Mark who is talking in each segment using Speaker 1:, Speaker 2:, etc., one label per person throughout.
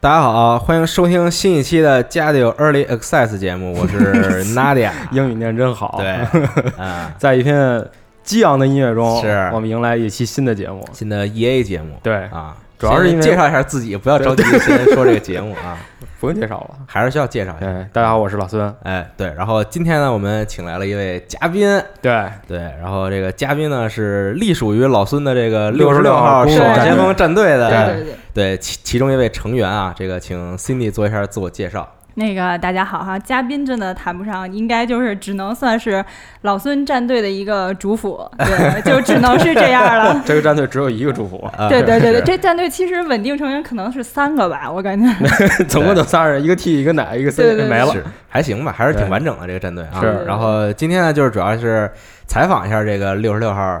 Speaker 1: 大家好、欢迎收听新一期的《家里有 Early Access》节目，我 是 Nadia。
Speaker 2: 英语念真好。
Speaker 1: 对，， 啊，
Speaker 2: 在一片激昂的音乐中，
Speaker 1: 是
Speaker 2: 我们迎来一期新的节目。
Speaker 1: 新的 EA 节目
Speaker 2: 对，
Speaker 1: 啊，
Speaker 2: 主要是因为
Speaker 1: 先介绍一下自己，不要着急先说这个节目 啊，
Speaker 2: 不用介绍了。
Speaker 1: 还是需要介绍一下。
Speaker 2: 对，大家好，我是老孙。
Speaker 1: 哎，对，然后今天呢，我们请来了一位嘉宾，
Speaker 2: 对，
Speaker 1: 对，然后这个嘉宾呢是隶属于老孙的这个六十
Speaker 2: 66
Speaker 1: 号
Speaker 2: 号
Speaker 1: 守
Speaker 2: 公。
Speaker 3: 路
Speaker 1: 望
Speaker 3: 战
Speaker 1: 先
Speaker 3: 队
Speaker 1: 锋战队的，
Speaker 3: 对对对，
Speaker 1: 对其其中一位成员啊，这个请 Cindy 做一下自我介绍。
Speaker 3: 那个大家好哈，嘉宾真的谈不上，应该就是只能算是老孙战队的一个主辅，对，就只能是这样了
Speaker 2: 这个战队只有一个祝福，
Speaker 1: 啊
Speaker 3: 对对对对，
Speaker 1: 是
Speaker 3: 这战队其实稳定成员可能是三个吧，我感觉。
Speaker 2: 总共就仨人，一个 T，一个奶，一个 C，
Speaker 3: 对对对
Speaker 2: 没了。
Speaker 1: 是还行吧，还是挺
Speaker 2: 对
Speaker 1: 完整的这个战队啊。
Speaker 2: 是
Speaker 1: 然后今天呢，就是主要是采访一下这个六十六号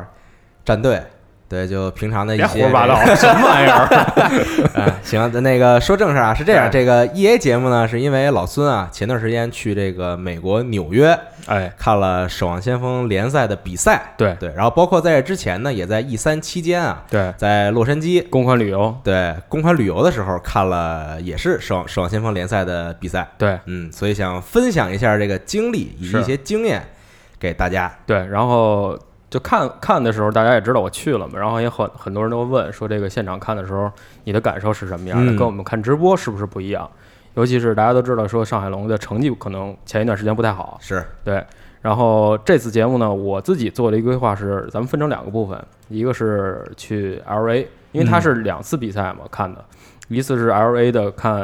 Speaker 1: 战队，对，就平常的一
Speaker 2: 别
Speaker 1: 些
Speaker 2: 胡说八道，什么玩意儿？
Speaker 1: 啊，行，咱那个说正事儿啊，是这样，
Speaker 2: 对
Speaker 1: 这个 E A 节目呢，是因为老孙啊，前段时间去这个美国纽约
Speaker 2: 哎，
Speaker 1: 看了《守望先锋》联赛的比赛，
Speaker 2: 对
Speaker 1: 对，然后包括在这之前呢，也在 E 三期间啊，
Speaker 2: 对，
Speaker 1: 在洛杉矶
Speaker 2: 公款旅游，
Speaker 1: 对公款旅游的时候看了，也是《守守望先锋》联赛的比赛，
Speaker 2: 对
Speaker 1: 嗯，所以想分享一下这个经历以及
Speaker 2: 是
Speaker 1: 一些经验给大家。
Speaker 2: 对，然后。就看看的时候，大家也知道我去了嘛，然后也很很多人都问说，这个现场看的时候，你的感受是什么样的？
Speaker 1: 嗯
Speaker 2: 跟我们看直播是不是不一样？尤其是大家都知道说上海龙的成绩可能前一段时间不太好，啊
Speaker 1: 是，
Speaker 2: 对，然后这次节目呢，我自己做的一个规划是，咱们分成两个部分，一个是去 L A，因
Speaker 3: 嗯
Speaker 2: 为它是两次比赛嘛、看的，一次是 L A 的看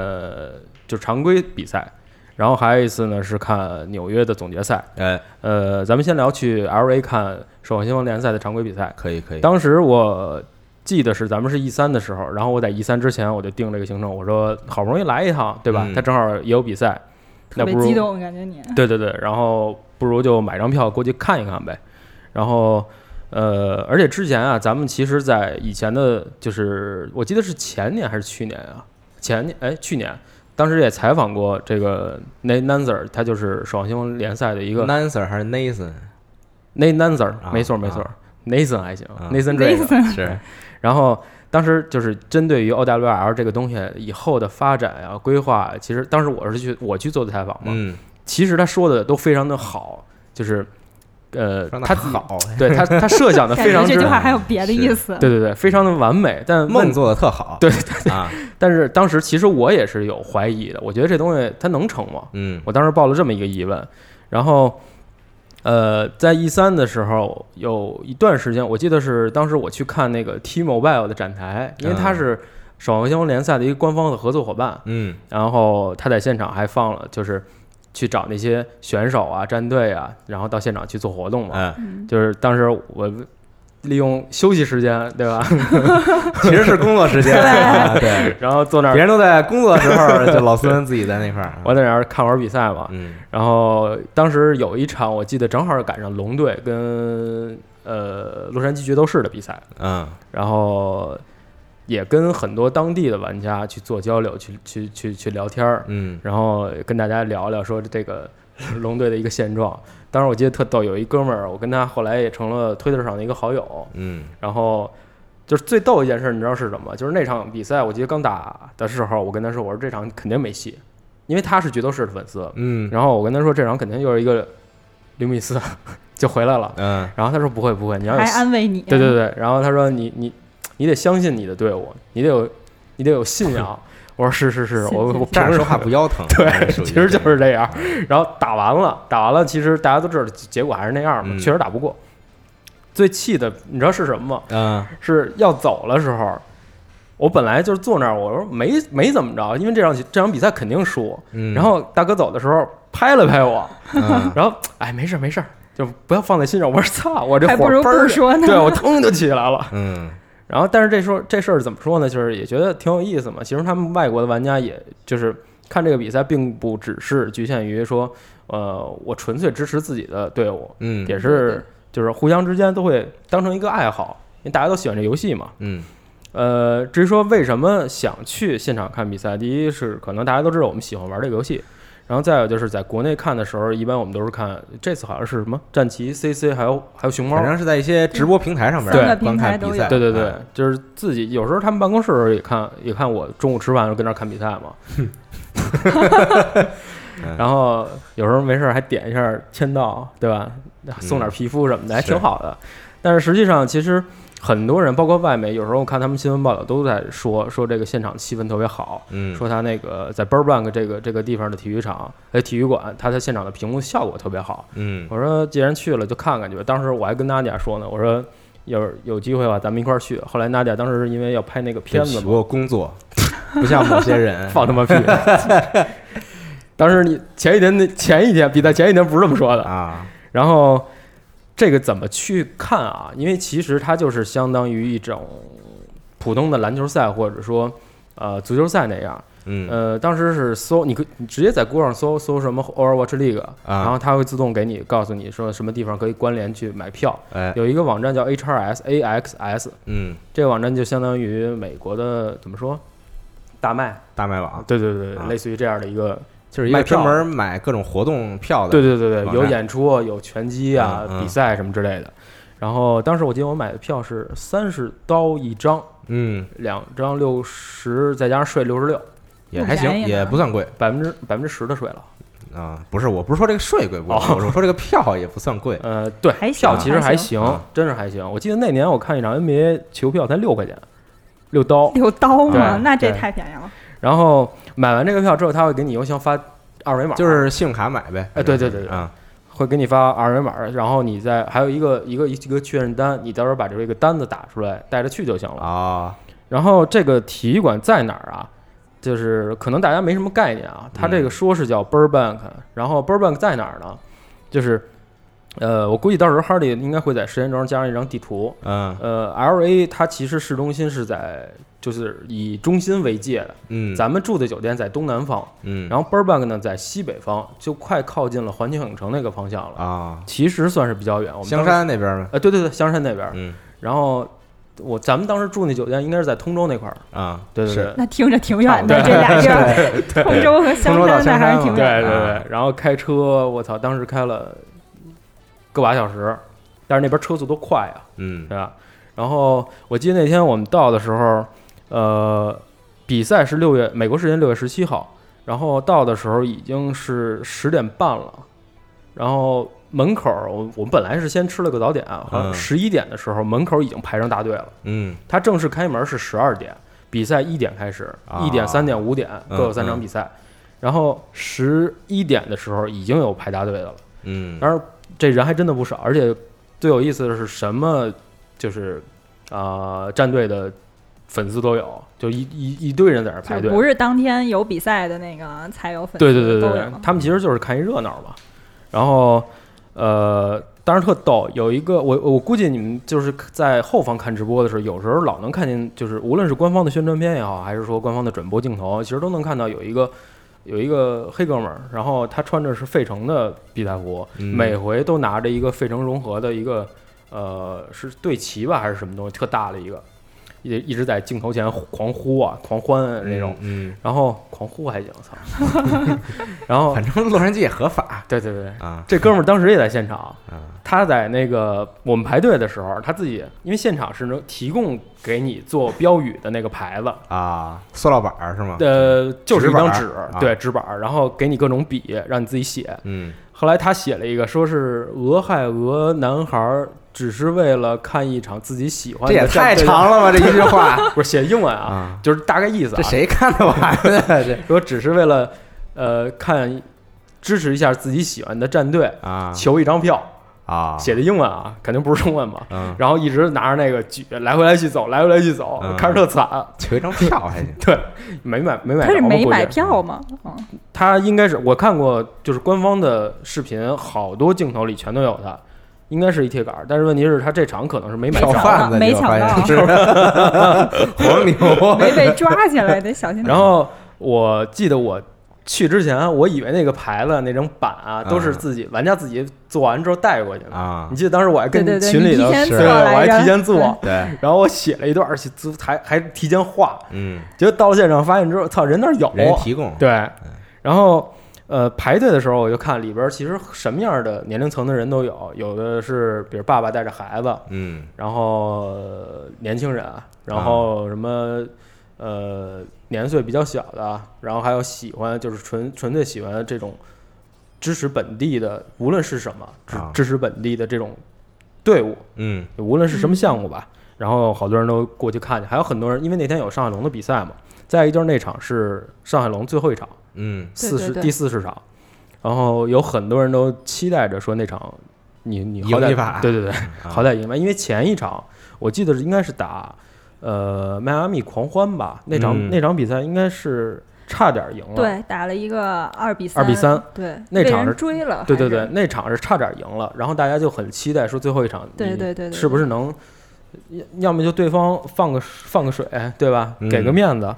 Speaker 2: 就常规比赛，然后还有一次呢是看纽约的总决赛。
Speaker 1: 呃，
Speaker 2: 呃，咱们先聊去 L A 看守望先锋联赛的常规比赛。
Speaker 1: 可以可以，
Speaker 2: 当时我记得是咱们是 E 三的时候，然后我在 E 三之前我就定这个行程，我说好不容易来一趟，对吧？
Speaker 1: 嗯
Speaker 2: 他正好也有比赛，
Speaker 3: 特
Speaker 2: 那
Speaker 3: 别
Speaker 2: 不如
Speaker 3: 激动，感觉你
Speaker 2: 对对对，然后不如就买张票过去看一看呗。然后，呃，而且之前啊，咱们其实，在以前的，就是我记得是前年还是去年啊，前年哎，去年，当时也采访过这个 Nate Nanzer，他就是守望先锋联赛的一个
Speaker 1: Nancer 还是 Nathan
Speaker 2: Nate Nanzer，
Speaker 1: 啊
Speaker 2: 没错没错、n a t h a n 还行、
Speaker 1: 啊
Speaker 2: n a t h a n 这个。
Speaker 3: Nathan
Speaker 1: 是，
Speaker 2: 然后当时就是针对于 OWL 这个东西以后的发展呀、规划，啊其实当时我是去我去做的采访嘛，
Speaker 1: 嗯，
Speaker 2: 其实他说的都非常的好，就是呃，
Speaker 1: 说
Speaker 2: 他
Speaker 1: 那好，
Speaker 2: 对他他设想的
Speaker 3: 感
Speaker 2: 非
Speaker 3: 觉
Speaker 2: 常之
Speaker 3: 这句
Speaker 1: 好
Speaker 3: 话还有别的意思。
Speaker 2: 对对对，非常的完美。但问
Speaker 1: 梦做的特好，
Speaker 2: 对
Speaker 1: 啊，
Speaker 2: 但是当时其实我也是有怀疑的，我觉得这东西它能成吗？
Speaker 1: 嗯
Speaker 2: 我当时抱了这么一个疑问，然后。呃，在 E 三的时候有一段时间，我记得是当时我去看那个 T-Mobile 的展台，因为它
Speaker 1: 嗯
Speaker 2: 是守望先锋联赛的一个官方的合作伙伴，
Speaker 1: 嗯
Speaker 2: 然后他在现场还放了，就是去找那些选手啊、战队啊，然后到现场去做活动嘛。
Speaker 1: 嗯，
Speaker 3: 嗯，
Speaker 2: 就是当时我利用休息时间，对 吧？
Speaker 1: 其实是工作时 间，啊对，
Speaker 2: 然后坐那
Speaker 1: 别人
Speaker 2: 儿，
Speaker 1: 都在工作的时候，就老孙自己在那块儿，
Speaker 2: 我在那儿看会儿比赛嘛。
Speaker 1: 嗯
Speaker 2: 然后当时有一场，我记得正好赶上龙队跟呃洛杉矶决斗士的比赛，
Speaker 1: 嗯
Speaker 2: 然后也跟很多当地的玩家去做交流，去去去去聊天儿。
Speaker 1: 嗯
Speaker 2: 然后跟大家聊聊说这个 龙队的一个现状。当时我记得特逗，有一哥们儿，我跟他后来也成了推特上的一个好友。
Speaker 1: 嗯
Speaker 2: 然后就是最逗一件事，你知道是什么？就是那场比赛，我记得刚打的时候，我跟他说，我说这场肯定没戏，因为他是角斗士的粉丝。
Speaker 1: 嗯
Speaker 2: 然后我跟他说，这场肯定又是一个刘米斯 就回来了。
Speaker 1: 嗯
Speaker 2: 然后他说不会不会，你要有
Speaker 3: 还安慰你。
Speaker 2: 对对对，然后他说你你你得相信你的队伍，你得有你得有信 仰。我说是是是，我我
Speaker 1: 站着
Speaker 2: 平时
Speaker 1: 说话不腰 疼，
Speaker 2: 对，
Speaker 1: 属于
Speaker 2: 其实就是这样。然后打完了，打完了，其实大家都知道结果还是那样嘛
Speaker 1: 嗯，
Speaker 2: 确实打不过。最气的，你知道是什么吗？
Speaker 1: 嗯
Speaker 2: 是要走的时候，我本来就是坐那儿，我说没没怎么着，因为这场这场比赛肯定输。
Speaker 1: 嗯，
Speaker 2: 然后大哥走的时候拍了拍我，
Speaker 1: 嗯
Speaker 2: 然后哎，没事儿没事儿，就不要放在心上。我说操，我这
Speaker 3: 还
Speaker 2: 火
Speaker 3: 不如
Speaker 2: 嘣
Speaker 3: 不
Speaker 2: 儿就，
Speaker 3: 说呢。
Speaker 2: 对我腾就起来了。
Speaker 1: 嗯
Speaker 2: 然后，但是这时候这事儿怎么说呢？就是也觉得挺有意思嘛。其实他们外国的玩家也，就是看这个比赛，并不只是局限于说，呃，我纯粹支持自己的队伍，
Speaker 1: 嗯
Speaker 2: 也
Speaker 3: 对
Speaker 2: 是就是互相之间都会当成一个爱好，因为大家都喜欢这游戏嘛。
Speaker 1: 嗯
Speaker 2: 呃，至于说为什么想去现场看比赛，第一是可能大家都知道我们喜欢玩这个游戏，然后再有就是在国内看的时候，一般我们都是看这次好像是什么战旗、CC 还有还有熊猫
Speaker 1: 反，正是在一些直播平台上面
Speaker 3: 对三个平
Speaker 1: 观
Speaker 3: 台
Speaker 1: 看
Speaker 3: 都
Speaker 1: 比
Speaker 3: 有
Speaker 1: 赛，
Speaker 2: 对对对
Speaker 1: 啊，，
Speaker 2: 就是自己有时候他们办公室也看也看我中午吃饭就跟那儿看比赛嘛，
Speaker 1: 嗯
Speaker 2: 然后有时候没事儿还点一下签到，对吧？送点皮肤什么的，还
Speaker 1: 嗯是
Speaker 2: 挺好的。但是实际上，其实很多人，包括外媒，有时候我看他们新闻报道都在说说这个现场气氛特别好，
Speaker 1: 嗯，
Speaker 2: 说他那个在 Burbank 这个这个地方的体育场，哎，体育馆，他在现场的屏幕效果特别好。
Speaker 1: 嗯，
Speaker 2: 我说既然去了就看看去吧。当时我还跟娜姐说呢，我说有有机会吧，咱们一块儿去。后来娜姐当时是因为要拍那个
Speaker 1: 对
Speaker 2: 片
Speaker 1: 不
Speaker 2: 子
Speaker 1: 起
Speaker 2: 嘛，
Speaker 1: 我工作不像某些人，
Speaker 2: 放他妈屁。 当时你前一天那前一天比赛前一天不是这么说的，
Speaker 1: 啊，
Speaker 2: 然后这个怎么去看啊？因为其实它就是相当于一种普通的篮球赛或者说呃足球赛那样。
Speaker 1: 嗯
Speaker 2: 呃，当时是搜，你可以你直接在 Google 上搜搜什么 Overwatch League，、然
Speaker 1: 啊
Speaker 2: 后它会自动给你告诉你说什么地方可以关联去买票。
Speaker 1: 哎
Speaker 2: 有一个网站叫 HRS AXS，
Speaker 1: 嗯，
Speaker 2: 这个网站就相当于美国的怎么说，大麦，
Speaker 1: 大麦网
Speaker 2: 对对对，
Speaker 1: 啊
Speaker 2: 类似于这样的一个，
Speaker 1: 就是一
Speaker 2: 卖
Speaker 1: 个
Speaker 2: 票
Speaker 1: 专门买各种活动票的，
Speaker 2: 对对对对，
Speaker 1: 网
Speaker 2: 有
Speaker 1: 站
Speaker 2: 演出啊有拳击啊、
Speaker 1: 嗯嗯
Speaker 2: 比赛什么之类的。然后当时我记得我买的票是三十刀一张，
Speaker 1: 嗯，
Speaker 2: 两张六十，再加上税六十六，
Speaker 1: 也还行
Speaker 3: 不，便宜呢
Speaker 1: 也不算贵
Speaker 2: 百分之百分之十的税了。
Speaker 1: 啊，不是，我不是说这个税贵不贵，
Speaker 2: 哦
Speaker 1: 我是说这个票也不算 贵，
Speaker 2: 呃，对，
Speaker 3: 还行
Speaker 2: 票其实还
Speaker 3: 还
Speaker 2: 行，
Speaker 1: 啊
Speaker 2: 真是还行。我记得那年我看一场 NBA 球票才六块钱，六刀。
Speaker 3: 有刀吗？
Speaker 2: 对
Speaker 3: 那这
Speaker 2: 对
Speaker 3: 太便宜了。
Speaker 2: 然后买完这个票之后，他会给你邮箱发二维码，
Speaker 1: 就是信用卡买呗，
Speaker 2: 哎对对对对
Speaker 1: 啊，
Speaker 2: 会给你发二维码，然后你再还有一个一个一个确认单，你到时候把这个单子打出来带着去就行了。
Speaker 1: 啊，
Speaker 2: 然后这个体育馆在哪儿啊？就是可能大家没什么概念啊，它这个说是叫 Burbank，、然后 Burbank 在哪儿呢？就是呃，我估计到时候 Hardy 应该会在时间轴上加上一张地图，
Speaker 1: 嗯
Speaker 2: 呃，L A 它其实市中心是在，就是以中心为界的。
Speaker 1: 嗯，
Speaker 2: 咱们住的酒店在东南方，
Speaker 1: 嗯，
Speaker 2: 然后 Burbank 呢在西北方，就快靠近了环球影城那个方向了。
Speaker 1: 啊，
Speaker 2: 其实算是比较远，我们
Speaker 1: 香
Speaker 2: 当时，
Speaker 1: 山那边呗，
Speaker 2: 呃，对对对，香山那边儿。
Speaker 1: 嗯
Speaker 2: 然后我咱们当时住那酒店应该是在通州那块儿，
Speaker 1: 啊，
Speaker 2: 对对
Speaker 1: 是
Speaker 2: 对，
Speaker 3: 那听着挺远的，这 俩地儿，通州和香
Speaker 1: 通州到
Speaker 3: 山那还
Speaker 1: 香山
Speaker 3: 是挺
Speaker 1: 嘛
Speaker 2: 对
Speaker 3: 远。
Speaker 2: 对
Speaker 1: 啊
Speaker 2: 对。然后开车，我操，当时开了个把小时，但是那边车速多快啊！
Speaker 1: 嗯
Speaker 2: 对吧？然后我记得那天我们到的时候，呃，比赛是六月美国时间六月十七号，然后到的时候已经是十点半了，然后门口儿我我们本来是先吃了个早点，啊好像
Speaker 1: 嗯
Speaker 2: 十一点的时候门口已经排上大队了，
Speaker 1: 嗯
Speaker 2: 它正式开门是十二点，比赛一点开始，
Speaker 1: 啊
Speaker 2: 一点、三点、五点各有
Speaker 1: 嗯
Speaker 2: 三场
Speaker 1: 嗯
Speaker 2: 比赛，然后十一点的时候已经有排大队的了。
Speaker 1: 嗯，
Speaker 2: 当然这人还真的不少，而且最有意思的是什么，就是啊、呃战队的粉丝都有，就一一一堆人在这儿排
Speaker 3: 就
Speaker 2: 队。
Speaker 3: 不是当天有比赛的那个才有粉丝，
Speaker 2: 对对对对
Speaker 3: 都
Speaker 2: 对
Speaker 3: 有，
Speaker 2: 他们其实就是看一热闹嘛。然后呃，当时特逗，有一个我我估计你们就是在后方看直播的时候，有时候老能看见，就是无论是官方的宣传片也好，还是说官方的转播镜头，其实都能看到有一个。有一个黑哥们儿，然后他穿着是费城的比赛服，
Speaker 1: 嗯
Speaker 2: 每回都拿着一个费城融合的一个呃是队旗吧还是什么东西，特大的一个，一一直在镜头前狂呼啊狂欢啊那种，，
Speaker 1: 嗯，
Speaker 2: 然后狂呼还行， 操，然后
Speaker 1: 反正洛杉矶也合法
Speaker 2: 对对对，
Speaker 1: 哦啊，
Speaker 2: 这哥们儿当时也在现场
Speaker 1: 啊，
Speaker 2: 他在那个我们排队的时候，他自己因为现场是能提供给你做标语的那个牌子，
Speaker 1: 啊，塑料板儿是吗？，
Speaker 2: 呃，就是一张
Speaker 1: 纸
Speaker 2: 纸
Speaker 1: 板儿，啊
Speaker 2: 对纸板儿，然后给你各种笔让你自己写，
Speaker 1: 嗯
Speaker 2: 后来他写了一个，说是俄亥俄男孩儿只是为了看一场自己喜欢
Speaker 1: 这
Speaker 2: 的
Speaker 1: 也
Speaker 2: 战
Speaker 1: 太
Speaker 2: 队，
Speaker 1: 长了吧，这一句话
Speaker 2: 不是写英文啊，
Speaker 1: 啊，
Speaker 2: 就是大概意思啊
Speaker 1: 这，谁看得完呢？ 这
Speaker 2: 说只是为了呃看支持一下自己喜欢的战队，
Speaker 1: 啊
Speaker 2: 求一张票，
Speaker 1: 啊，
Speaker 2: 写的英文啊，肯定不是中文嘛。
Speaker 1: 嗯，
Speaker 2: 然后一直拿着那个举，来回来去走，来回来去走，
Speaker 1: 嗯
Speaker 2: 看着特惨。
Speaker 1: 求一张票还行，
Speaker 2: 对，没买没买
Speaker 3: 他
Speaker 2: 着
Speaker 3: 是
Speaker 2: 嘛，
Speaker 3: 没
Speaker 2: 估计
Speaker 3: 买票吗？嗯，
Speaker 2: 他应该是我看过，就是官方的视频，好多镜头里全都有他，应该是一铁杆儿。但是问题是，他这场可能是没买
Speaker 1: 票
Speaker 2: 着。
Speaker 1: 贩子
Speaker 3: 没
Speaker 1: 就
Speaker 3: 抢
Speaker 1: 发
Speaker 3: 到
Speaker 1: 现是 黄牛，
Speaker 3: 没被抓起来，得小心点。
Speaker 2: 然后我记得我去之前，啊我以为那个牌子那种板啊，
Speaker 1: 嗯
Speaker 2: 都是自己玩家自己做完之后带过去的。
Speaker 1: 啊
Speaker 2: 你，记得当时我还跟
Speaker 3: 对对对
Speaker 2: 群里
Speaker 3: 你
Speaker 2: 头，
Speaker 3: 提前
Speaker 2: 对
Speaker 3: 做来
Speaker 2: 我还
Speaker 3: 着
Speaker 2: 提前做，
Speaker 3: 对
Speaker 1: 对，
Speaker 2: 然后我写了一段，而且还还提前画，
Speaker 1: 嗯，哦
Speaker 2: 结果到了现场发现之后，操，人那儿有，
Speaker 1: 人家提供，
Speaker 2: 对，然后呃，排队的时候我就看里边儿其实什么样的年龄层的人都有，有的是比如爸爸带着孩子，
Speaker 1: 嗯
Speaker 2: 然后呃年轻人，然后什么呃年岁比较小的，然后还有喜欢就是纯纯粹喜欢这种支持本地的，无论是什么支
Speaker 1: 啊
Speaker 2: 支持本地的这种队伍，
Speaker 1: 嗯
Speaker 2: 无论是什么项目吧。然后好多人都过去看去，还有很多人，因为那天有上海龙的比赛嘛。再一个就是那场是上海龙最后一场，
Speaker 1: 嗯
Speaker 3: 对
Speaker 2: 四
Speaker 3: 对
Speaker 2: 十
Speaker 3: 对
Speaker 2: 第四十场，然后有很多人都期待着说那场你你好
Speaker 1: 赢
Speaker 2: 歹
Speaker 1: 一把
Speaker 2: 对对对，
Speaker 1: 啊
Speaker 2: 好歹赢吧，因为前一场我记得是应该是打呃迈阿密狂欢吧，那场、
Speaker 1: 嗯
Speaker 2: 那场比赛应该是差点赢了，
Speaker 3: 对，打了一个二比三，
Speaker 2: 2比3，
Speaker 3: 对，
Speaker 2: 那
Speaker 3: 被
Speaker 2: 场
Speaker 3: 人
Speaker 2: 是
Speaker 3: 追了，
Speaker 2: 对对
Speaker 3: 还
Speaker 2: 对
Speaker 3: 是，，
Speaker 2: 那场是差点赢了，然后大家就很期待说最后一场
Speaker 3: 对
Speaker 2: 你
Speaker 3: 对对对
Speaker 2: 是不是能，要要么就对方放个放个水，对吧？
Speaker 1: 嗯
Speaker 2: 给个面子，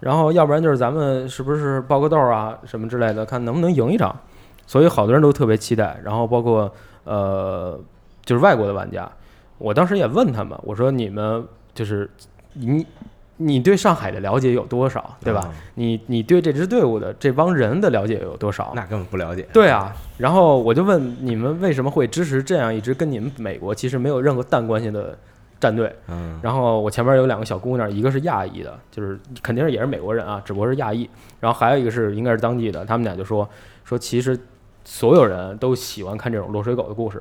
Speaker 2: 然后要不然就是咱们是不是爆个豆啊什么之类的，看能不能赢一场。所以好多人都特别期待，然后包括呃，就是外国的玩家，我当时也问他们，我说你们就是你你对上海的了解有多少，对吧？
Speaker 1: 啊
Speaker 2: 你你对这支队伍的这帮人的了解有多少？
Speaker 1: 那根本不了解，
Speaker 2: 对啊，然后我就问你们为什么会支持这样一支跟你们美国其实没有任何蛋关系的战队？
Speaker 1: 嗯
Speaker 2: 然后我前面有两个小姑娘，一个是亚裔的，就是肯定是也是美国人啊，只不过是亚裔。然后还有一个是应该是当地的，他们俩就说说其实所有人都喜欢看这种落水狗的故事，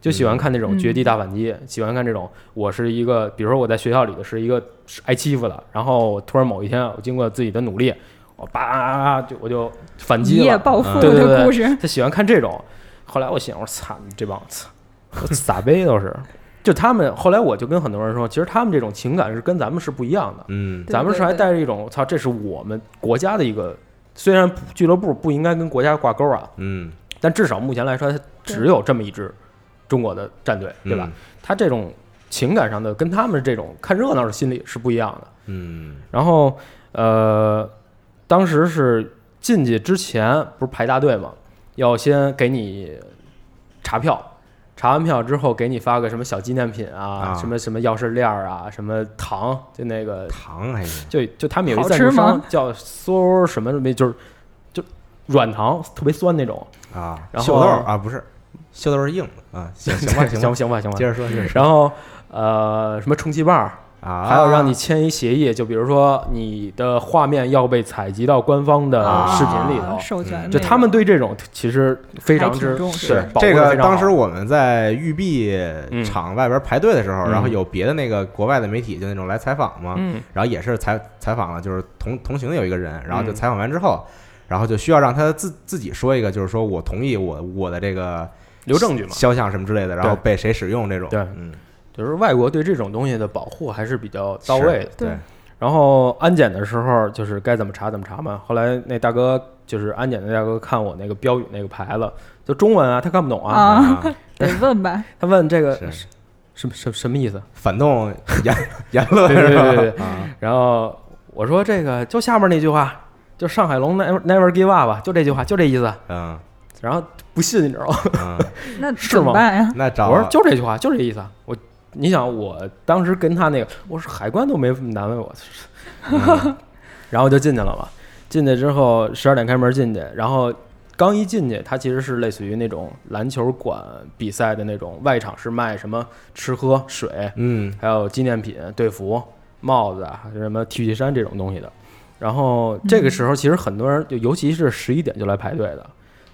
Speaker 2: 就喜欢看那种绝地大反击，喜欢看这种我是一个，比如说我在学校里的是一个是挨欺负的，然后突然某一天我经过自己的努力，我叭就我就反
Speaker 3: 一
Speaker 2: 击
Speaker 3: 夜
Speaker 2: 了，
Speaker 3: 暴富
Speaker 1: 嗯
Speaker 2: 对对
Speaker 3: 的
Speaker 2: 对
Speaker 3: 故事，
Speaker 2: 他喜欢看这种。后来我想，我操，你这帮操，我撒杯都是。就他们后来，我就跟很多人说，其实他们这种情感是跟咱们是不一样的。
Speaker 1: 嗯
Speaker 2: 咱们是
Speaker 3: 对对
Speaker 2: 还
Speaker 3: 对
Speaker 2: 带着一种操，这是我们国家的一个，虽然俱乐部不应该跟国家挂钩啊，
Speaker 1: 嗯，
Speaker 2: 但至少目前来说，它只有这么一支中国的战队，对
Speaker 1: 嗯
Speaker 2: 吧？他这种情感上的跟他们这种看热闹的心理是不一样的。
Speaker 1: 嗯？
Speaker 2: 然后呃，当时是进去之前不是排大队嘛，要先给你查票，查完票之后给你发个什么小纪念品
Speaker 1: 啊
Speaker 2: 啊，什么什么钥匙链儿啊，什么糖，就那个
Speaker 1: 嗯，糖还是
Speaker 2: 就就他们有一
Speaker 3: 好
Speaker 2: 赞助
Speaker 3: 吃
Speaker 2: 商
Speaker 3: 吗
Speaker 2: 叫馊什么什么，就是就软糖特别酸那种。
Speaker 1: 啊？
Speaker 2: 然后
Speaker 1: 秀豆儿啊，不是，秀豆儿是硬的啊。行 行吧，
Speaker 2: 行
Speaker 1: 行
Speaker 2: 吧
Speaker 1: 吧，
Speaker 2: 行吧行吧
Speaker 1: 接。着说，接着说
Speaker 2: 然后呃，什么充气棒儿，
Speaker 1: 啊，
Speaker 2: 还要让你签一协议，就比如说你的画面要被采集到官方的
Speaker 1: 啊
Speaker 2: 视频里头
Speaker 3: 啊，授权那
Speaker 2: 就
Speaker 3: 个，
Speaker 2: 他们对这种其实非常
Speaker 3: 还
Speaker 2: 之
Speaker 3: 挺重视
Speaker 2: 对
Speaker 3: 的
Speaker 2: 保护
Speaker 1: 这
Speaker 2: 得
Speaker 1: 个
Speaker 2: 非常好
Speaker 1: 当时我们在育碧场外边排队的时候，
Speaker 2: 嗯
Speaker 1: 然后有别的那个国外的媒体就那种来采访嘛，
Speaker 2: 嗯
Speaker 1: 然后也是采采访了，就是同同行的有一个人，然后
Speaker 2: 嗯
Speaker 1: 就采访完之后，然后就需要让他自自己说一个，就是说我同意我我的这个
Speaker 2: 留证据嘛，
Speaker 1: 肖像什么之类的，然后被谁使用这种，
Speaker 2: 对
Speaker 1: 嗯，
Speaker 2: 就是外国对这种东西的保护还是比较到位的。
Speaker 3: 对，
Speaker 1: 对
Speaker 2: 然后安检的时候就是该怎么查怎么查嘛。后来那大哥就是安检的大哥看我那个标语那个牌子，就中文啊，他看不懂啊，
Speaker 3: 啊
Speaker 1: 啊，
Speaker 3: 得问吧，
Speaker 2: 他问这个
Speaker 1: 是
Speaker 2: 什么什么什么意思？
Speaker 1: 反动言言论
Speaker 2: 对对
Speaker 1: 是吧？
Speaker 2: 对对对
Speaker 1: 啊，
Speaker 2: 然后我说这个就下面那句话，就上海龙 never never give up 吧，就这句话，就这意思。
Speaker 1: 嗯
Speaker 2: 然后不信，你知道吗？
Speaker 1: 嗯，
Speaker 3: 那
Speaker 2: 是
Speaker 3: 怎么
Speaker 2: 吗
Speaker 3: 办呀？
Speaker 1: 那找啊
Speaker 2: 我说就这句话，就这意思。我你想，我当时跟他那个，我说海关都没这么难为我，
Speaker 1: 嗯
Speaker 2: 然后就进去了嘛。进去之后十二点开门进去，然后刚一进去，它其实是类似于那种篮球馆比赛的那种，外场是卖什么吃喝水，
Speaker 1: 嗯
Speaker 2: 还有纪念品、队服、帽子啊，还有什么 T 恤衫这种东西的。然后这个时候，其实很多人就尤其是十一点就来排队的，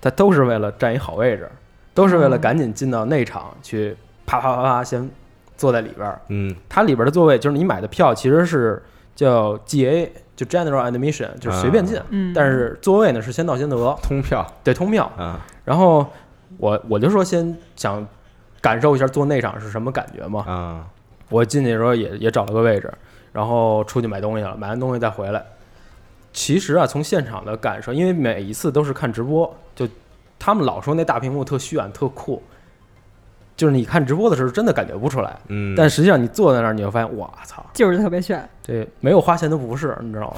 Speaker 2: 他都是为了占一好位置，都是为了赶紧进到内场去，啪啪啪啪先坐在里边儿。
Speaker 1: 嗯
Speaker 2: 它里边的座位就是你买的票其实是叫 GA，就 General Admission，就是随便进，
Speaker 3: 嗯，
Speaker 2: 但是座位呢是先到先得，
Speaker 1: 通票
Speaker 2: 得通票。
Speaker 1: 啊，
Speaker 2: 然后我我就说先想感受一下坐内场是什么感觉嘛，
Speaker 1: 啊，
Speaker 2: 我进去的时候也也找了个位置，然后出去买东西了，买完东西再回来。其实啊，从现场的感受，因为每一次都是看直播，就他们老说那大屏幕特炫特酷，就是你看直播的时候真的感觉不出来，
Speaker 1: 嗯，
Speaker 2: 但
Speaker 1: 是
Speaker 2: 实际上你坐在那儿，你就发现，我操，
Speaker 3: 就是特别炫，
Speaker 2: 这没有花钱的不是，你知道吗？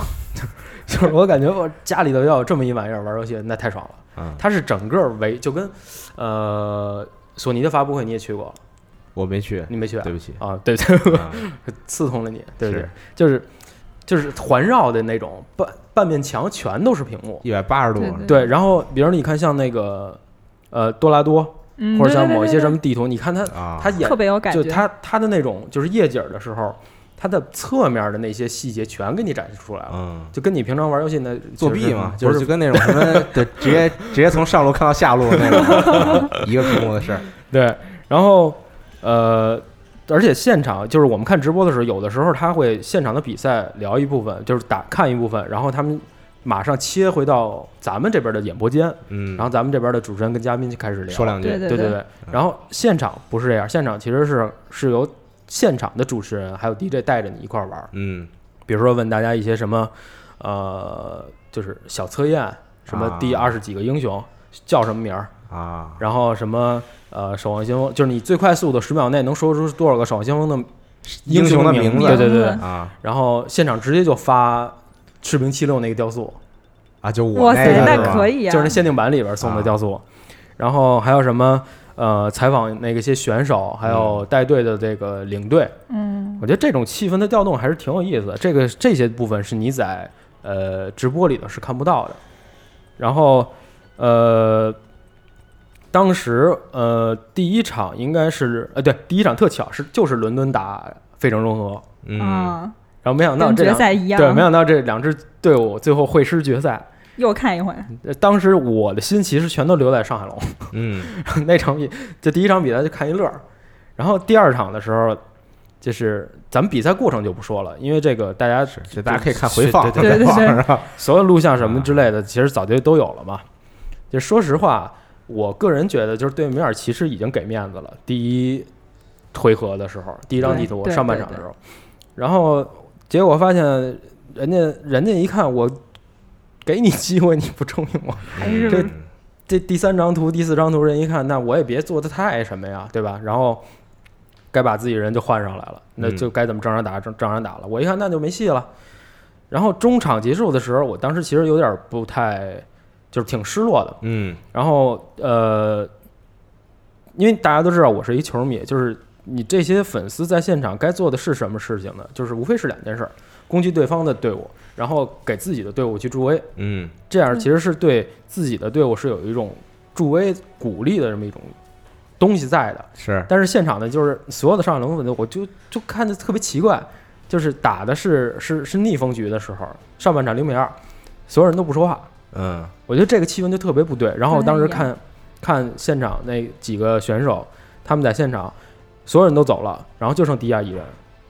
Speaker 2: 就是我感觉我家里头要有这么一玩意儿玩游戏，那太爽了。
Speaker 1: 啊，
Speaker 2: 它是整个围，就跟呃索尼的发布会你也去过，
Speaker 1: 我没去，
Speaker 2: 你没去啊？
Speaker 1: 对不起
Speaker 2: 啊，对对，
Speaker 1: 啊
Speaker 2: 刺痛了你，对不对
Speaker 1: 是？
Speaker 2: 就是就是环绕的那种，半半面墙全都是屏幕。
Speaker 1: 一百八十度，啊
Speaker 3: 对对
Speaker 2: 对，然后比如你看像那个呃多拉多，
Speaker 3: 嗯，
Speaker 2: 或者像
Speaker 3: 对
Speaker 2: 某一些什，
Speaker 3: 对
Speaker 2: 么地图，你看它
Speaker 1: 啊，
Speaker 2: 它
Speaker 3: 对对
Speaker 2: 演
Speaker 3: 特别有感
Speaker 2: 就
Speaker 3: 觉，
Speaker 2: 它它的那种就是夜景儿的时候，它的侧面的那些细节全给你展示出来了，
Speaker 1: 嗯。
Speaker 2: 就跟你平常玩游戏那
Speaker 1: 作弊嘛，
Speaker 2: 就
Speaker 1: 就是就跟那种什么， 对，直接直接从上路看到下路那种， 一个屏幕的事儿。
Speaker 2: 对，然后呃，而且现场就是我们看直播的时候，有的时候他会现场的比赛聊一部分，就是打看一部分，然后他们马上切回到咱们这边的演播间，
Speaker 1: 嗯，
Speaker 2: 然后咱们这边的主持人跟嘉宾就开始聊，
Speaker 1: 说嗯两句
Speaker 3: 对，对
Speaker 2: 对对。然后现场不是这样，现场其实是是由现场的主持人还有 DJ 带着你一块儿玩儿，
Speaker 1: 嗯，
Speaker 2: 比如说问大家一些什么，呃，就是小测验，什么第
Speaker 1: 啊
Speaker 2: 二十几个英雄、叫什么名儿，
Speaker 1: 啊，
Speaker 2: 然后什么呃守望先锋，就是你最快速度十秒内能说出多少个守望先锋的
Speaker 1: 英雄
Speaker 2: 的
Speaker 1: 的名字
Speaker 2: 字？对对对对
Speaker 3: 嗯。
Speaker 1: 啊
Speaker 2: 然后现场直接就发赤兵七六那个雕塑，
Speaker 1: 啊，就我
Speaker 3: 哇塞，
Speaker 1: 那
Speaker 2: 那
Speaker 1: 个是吧
Speaker 3: 可以啊，
Speaker 2: 就是那限定版里边送的雕塑。然后还有什么呃采访那个些选手，还有带队的这个领队，
Speaker 3: 嗯，
Speaker 2: 我觉得这种气氛的调动还是挺有意思的。这个这些部分是你在呃直播里头是看不到的。然后呃，当时呃第一场应该是呃对第一场特巧是就是伦敦打费城融合，
Speaker 1: 嗯，
Speaker 3: 啊，
Speaker 2: 然后没想到
Speaker 3: 跟
Speaker 2: 这
Speaker 3: 决
Speaker 2: 两
Speaker 3: 赛一样，
Speaker 2: 对没想到这两支队伍最后会师决赛。
Speaker 3: 又看一回，
Speaker 2: 呃当时我的心其实全都留在上海龙。
Speaker 1: 嗯，
Speaker 2: 那场比就第一场比赛就看一乐儿，然后第二场的时候，就是咱们比赛过程就不说了，因为这个大家
Speaker 1: 是，这大家可以看回放，
Speaker 2: 对
Speaker 3: 对对
Speaker 1: 回放
Speaker 3: 对
Speaker 1: 是吧？
Speaker 2: 啊所有录像什么之类的，其实早就都有了嘛。就说实话，我个人觉得就是对梅尔其实已经给面子了。第一回合的时候，第一张地图
Speaker 3: 对对
Speaker 2: 上半场的时候，然后结果发现人家人家一看我给你机会你不中用我，
Speaker 3: 还
Speaker 1: 嗯
Speaker 3: 是
Speaker 2: 这这第三张图、第四张图，人一看，那我也别做的太什么呀，对吧？然后该把自己人就换上来了，那
Speaker 1: 嗯
Speaker 2: 就该怎么正常打正正常打了。我一看那就没戏了。然后中场结束的时候，我当时其实有点不太，就是挺失落的。
Speaker 1: 嗯
Speaker 2: 然后呃，因为大家都知道我是一球迷，就是你这些粉丝在现场该做的是什么事情呢？就是无非是两件事儿：攻击对方的队伍，然后给自己的队伍去助威。
Speaker 1: 嗯
Speaker 2: 这样其实是对自己的队伍是有一种助威鼓励的这么一种东西在的。
Speaker 1: 是，
Speaker 2: 但是现场呢，就是所有的上海龙粉，我就就看着特别奇怪，就是打的是是是逆风局的时候，上半场零比二，所有人都不说话，
Speaker 1: 嗯
Speaker 2: 我觉得这个气氛就特别不对。然后我当时看看现场那几个选手，他们在现场，所有人都走了，然后就剩迪亚一人，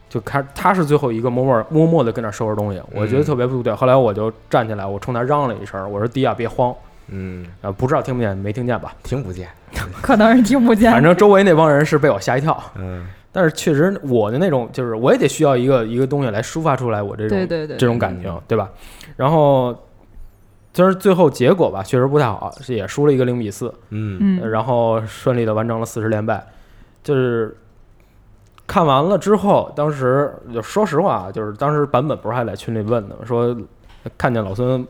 Speaker 2: 就开他是最后一个默默默默的跟那儿收拾东西，我觉得特别不对。后来我就站起来，我冲他嚷了一声，我说迪亚别慌，
Speaker 1: 嗯，
Speaker 2: 啊，不知道听不见没听 见吧？
Speaker 1: 听不见，
Speaker 3: 可能是听不见，
Speaker 2: 反正周围那帮人是被我吓一跳，
Speaker 1: 嗯
Speaker 2: 但是确实我的那种就是我也得需要一个一个东西来抒发出来我这种
Speaker 3: 对对对，
Speaker 2: 这种感情，对吧？然后就是最后结果吧，确实不太好，是也输了一个零比四，
Speaker 1: 嗯
Speaker 3: 嗯，
Speaker 2: 然后顺利的完成了四十连败。就是看完了之后，当时就说实话，啊就是当时版本不是还在群里问呢吗，说看见老孙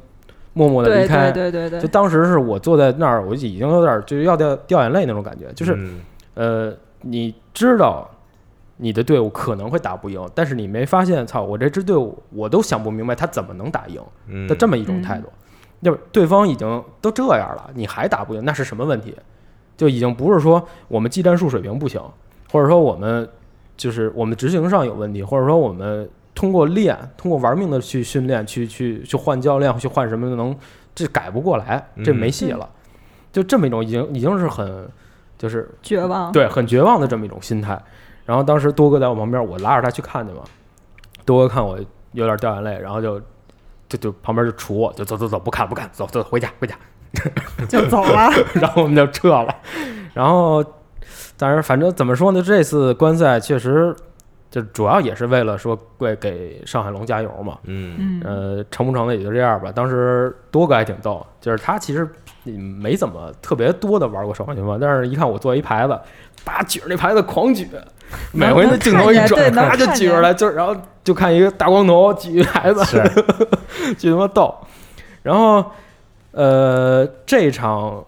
Speaker 2: 默默的
Speaker 3: 对
Speaker 2: 离开
Speaker 3: 对，对对对
Speaker 2: 就，当时是我坐在那儿，我已经有点儿就要掉掉眼泪那种感觉，就是
Speaker 1: 嗯
Speaker 2: 呃，你知道你的队伍可能会打不赢，但是你没发现，操，我这支队伍我都想不明白他怎么能打赢
Speaker 1: 嗯
Speaker 2: 的这么一种态度。要不对方已经都这样了，你还打不赢，那是什么问题？就已经不是说我们技战术水平不行，或者说我们就是我们执行上有问题，或者说我们通过练、通过玩命的去训练、去去去换教练、去换什么的能，这改不过来，这
Speaker 1: 嗯
Speaker 2: 没戏了。就这么一种已经已经是很就是
Speaker 3: 绝
Speaker 4: 啊
Speaker 3: 望，
Speaker 2: 对，很绝望的这么一种心态。然后当时多哥在我旁边，我拉着他去看去嘛。多哥看我有点掉眼泪，然后就就就旁边就杵我，就走走走，不看不看，走走回家回家。
Speaker 3: 就走了，
Speaker 2: 然后我们就撤了。然后，但是反正怎么说呢，这次观赛确实就主要也是为了说为给上海龙加油嘛。
Speaker 1: 嗯
Speaker 3: 嗯，
Speaker 2: 呃，成不成的也就这样吧。当时多哥还挺逗，就是他其实嗯没怎么特别多的玩过守望先锋，但是一看我做一牌子，叭举着那牌子狂举，每回那镜头一
Speaker 3: 能看
Speaker 2: 转，
Speaker 3: 见对能
Speaker 2: 啪就
Speaker 3: 看
Speaker 2: 举出
Speaker 3: 见
Speaker 2: 来，就然后就看一个大光头举一牌 子，
Speaker 1: 是
Speaker 2: 巨他妈逗。然后呃，这场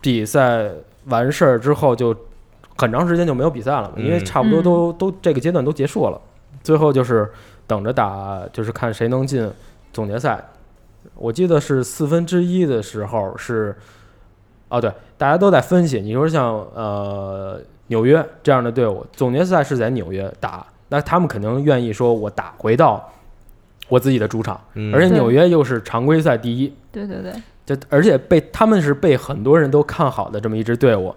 Speaker 2: 比赛完事儿之后就很长时间就没有比赛了嘛，因为
Speaker 1: 嗯
Speaker 2: 差不多都、都这个阶段都结束了。最后就是等着打，就是看谁能进总决赛。我记得是四分之一的时候是，哦对，大家都在分析。你说像呃纽约这样的队伍，总决赛是在纽约打，那他们肯定愿意说我打回到我自己的主场，
Speaker 1: 嗯
Speaker 2: 而且
Speaker 3: 对
Speaker 2: 纽约又是常规赛第一，
Speaker 3: 对对对，
Speaker 2: 就而且被他们是被很多人都看好的这么一支队伍，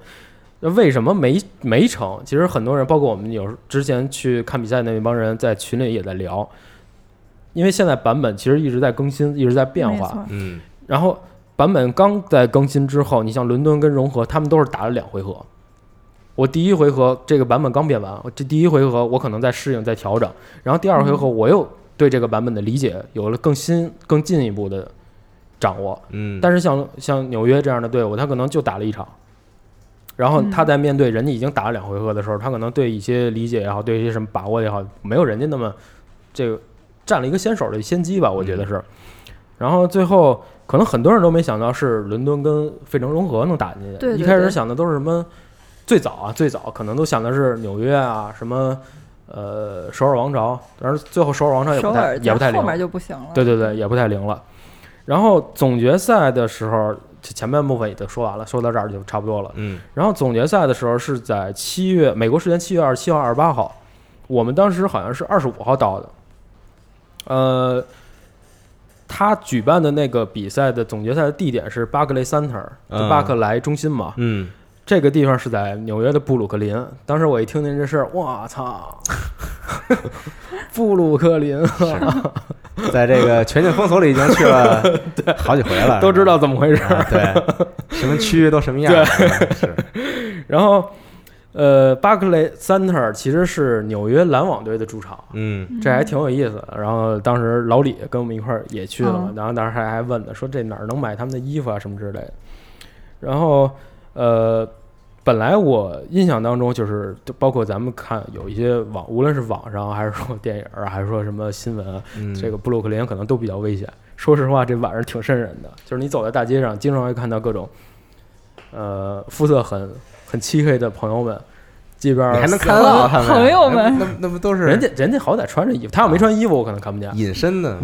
Speaker 2: 那为什么没没成？其实很多人，包括我们有时之前去看比赛那帮人，在群里也在聊，因为现在版本其实一直在更新，一直在变
Speaker 3: 没
Speaker 2: 化。
Speaker 3: 错，
Speaker 1: 嗯
Speaker 2: 然后版本刚在更新之后，你像伦敦跟融合，他们都是打了两回合。我第一回合这个版本刚变完，我这第一回合我可能在适应、在调整，然后第二回合我又对这个版本的理解有了更新、更进一步的掌握。
Speaker 1: 嗯，
Speaker 2: 但是像像纽约这样的队伍，他可能就打了一场，然后
Speaker 4: 嗯
Speaker 2: 他在面对人家已经打了两回合的时候，他可能对一些理解也好，对一些什么把握也好，没有人家那么这个占了一个先手的先机吧，我觉得是。然后最后可能很多人都没想到是伦敦跟费城融合能打进去，
Speaker 3: 对对
Speaker 2: 一开始
Speaker 3: 对
Speaker 2: 想的都是什么？最早啊，最早可能都想的是纽约啊，什么呃首尔王朝，但是最后首尔王朝也
Speaker 4: 首
Speaker 2: 不太
Speaker 4: 尔
Speaker 2: 也不太
Speaker 4: 在
Speaker 2: 灵
Speaker 4: 后。面就不行了。
Speaker 2: 对对对，也不太灵了。然后总决赛的时候，这前半部分也都说完了，说到这儿就差不多了。
Speaker 1: 嗯
Speaker 2: 然后总决赛的时候是在七月，美国时间七月二十七号、二十八号，我们当时好像是二十五号到的。呃，他举办的那个比赛的总决赛的地点是巴克雷 Center，就
Speaker 1: 嗯
Speaker 2: 巴克莱中心嘛。
Speaker 1: 嗯，
Speaker 2: 这个地方是在纽约的布鲁克林。当时我一听见这事儿，我操，布鲁克林！
Speaker 1: 在这个全境封锁里已经去了好几回了，
Speaker 2: 都知道怎么回事。
Speaker 1: 啊，对，什么区都什么样，啊是，
Speaker 2: 然后，呃，巴克雷 Center 其实是纽约篮网队的主场，
Speaker 1: 嗯
Speaker 2: 这还挺有意思的。然后当时老李跟我们一块儿也去了嘛，
Speaker 4: 嗯
Speaker 2: 然后当时还还问呢，说这哪儿能买他们的衣服啊什么之类的。然后，呃，本来我印象当中就是，就包括咱们看有一些网，无论是网上还是说电影儿啊，还是说什么新闻啊，
Speaker 1: 嗯，
Speaker 2: 这个布鲁克林可能都比较危险。说实话，这晚上挺瘆人的，就是你走在大街上，经常会看到各种，呃，肤色很很漆黑的朋友们，这边儿
Speaker 1: 你还能看得到他们
Speaker 3: 朋友们
Speaker 1: 那那那不都是
Speaker 2: 人家人家好歹穿着衣服，他要没穿衣服，我可能看不见。
Speaker 1: 隐身的，啊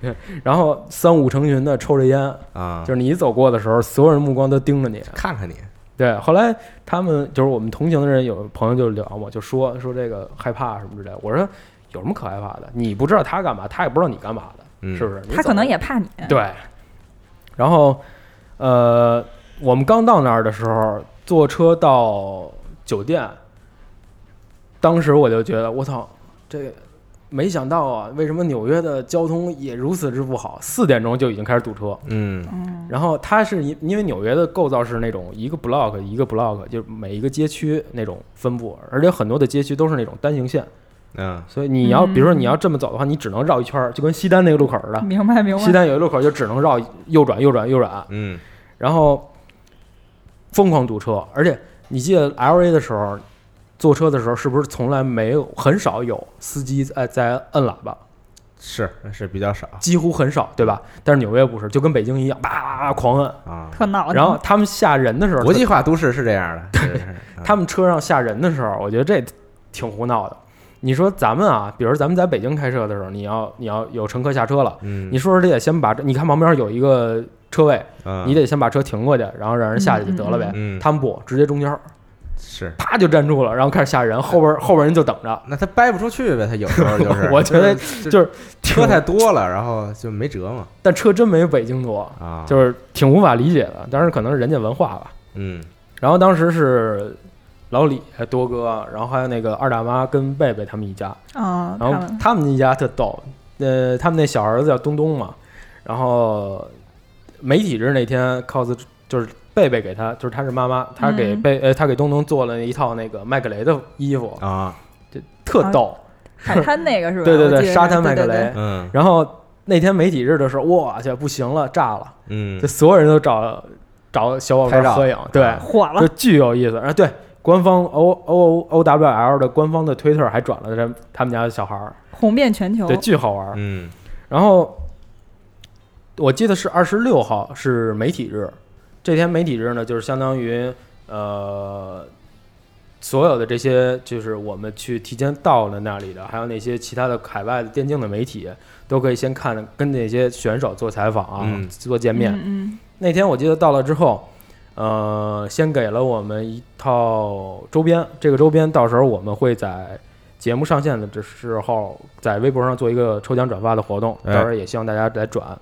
Speaker 1: 对
Speaker 2: 然后三五成群的抽着烟，
Speaker 1: 啊，
Speaker 2: 就是你一走过的时候，所有人目光都盯 着你。
Speaker 1: 看看你，
Speaker 2: 对，后来他们就是我们同行的人，有朋友就聊嘛，就说说这个害怕什么之类的。我说有什么可害怕的？你不知道他干嘛，他也不知道你干嘛的，
Speaker 1: 嗯
Speaker 2: 是不是？你
Speaker 4: 他可
Speaker 2: 走
Speaker 4: 能也怕你。
Speaker 2: 对，然后呃，我们刚到那儿的时候，坐车到酒店，当时我就觉得我操，这没想到啊，为什么纽约的交通也如此之不好？四点钟就已经开始堵车。
Speaker 1: 嗯
Speaker 4: 嗯，
Speaker 2: 然后它是因因为纽约的构造是那种一个 block 一个 block，就是每一个街区那种分布，而且很多的街区都是那种单行线，
Speaker 1: 嗯
Speaker 2: 所以你要比如说你要这么走的话，你只能绕一圈儿，就跟西单那个路口似的，
Speaker 4: 明白明
Speaker 2: 西
Speaker 4: 白。
Speaker 2: 单有一路口就只能绕右转、右转、右转，
Speaker 1: 嗯
Speaker 2: 然后疯狂堵车。而且你记得 L A 的时候，坐车的时候是不是从来没有很少有司机在在摁喇叭，
Speaker 1: 是是比较少
Speaker 2: 几乎很少，对吧？但是纽约不是，就跟北京一样，叭叭叭狂摁。
Speaker 1: 啊，
Speaker 4: 特闹腾，
Speaker 2: 然后他们吓人的时候，
Speaker 1: 国际化都市是这样的，对，是啊
Speaker 2: 他们车上吓人的时候，我觉得这挺胡闹的。你说咱们啊，比如咱们在北京开车的时候，你要你要有乘客下车了，
Speaker 1: 嗯
Speaker 2: 你说说这得先把这，你看旁边有一个车位，
Speaker 1: 嗯
Speaker 2: 你得先把车停过去，然后让人下去就得了呗。
Speaker 1: 嗯
Speaker 2: 他们不直接中间儿
Speaker 1: 是，
Speaker 2: 啪就站住了，然后开始吓
Speaker 1: 嗯
Speaker 2: 人，后边后边人就等着，，
Speaker 1: 那他掰不出去呗，他有时候就是
Speaker 2: 我觉得
Speaker 1: 就是
Speaker 2: 就是
Speaker 1: 车太多了，然后就没辙嘛
Speaker 2: 但车真没北京多，
Speaker 1: 啊，
Speaker 2: 就是是挺无法理解的。但是可能是人家文化吧。
Speaker 1: 嗯
Speaker 2: 然后当时是老李、多哥，然后还有那个二大妈跟贝贝他们一家，
Speaker 1: 哦
Speaker 4: 嗯，
Speaker 2: 然后
Speaker 4: 他们
Speaker 2: 他们一家特逗，呃，他们那小儿子叫东东嘛，然后媒体日那天 cos 就是贝贝给他，就是他是妈妈，他给
Speaker 4: 嗯
Speaker 2: 贝、呃他给东东做了一套那个麦克雷的衣服，
Speaker 1: 啊
Speaker 2: 特逗，
Speaker 4: 海滩那个是
Speaker 2: 啊
Speaker 4: 吧？
Speaker 2: 对对
Speaker 4: 我记
Speaker 2: 对，
Speaker 4: 得
Speaker 2: 沙
Speaker 4: 是
Speaker 2: 滩麦克雷。
Speaker 4: 对对对
Speaker 1: 嗯
Speaker 2: 然后那天媒体日的时候，我去不行了，炸了，
Speaker 1: 嗯
Speaker 2: 就所有人都找找小伙
Speaker 1: 拍
Speaker 2: 伴
Speaker 1: 照
Speaker 2: 合影，对，
Speaker 4: 火了
Speaker 2: 就，巨有意思。啊，对，官方 O O O W L 的官方的推特还转了他他们家的小孩儿，
Speaker 4: 红遍全球
Speaker 2: 对，。巨好玩儿。
Speaker 1: 嗯
Speaker 2: 然后我记得是二十六号是媒体日，这天媒体日呢，就是相当于呃，所有的这些，就是我们去提前到了那里的，还有那些其他的海外的电竞的媒体，都可以先看跟那些选手做采访啊，
Speaker 1: 嗯
Speaker 2: 做见面。
Speaker 4: 嗯
Speaker 2: 那天我记得到了之后，呃，先给了我们一套周边，这个周边到时候我们会在节目上线的时候，在微博上做一个抽奖转发的活动，
Speaker 1: 哎
Speaker 2: 到时候也希望大家来转。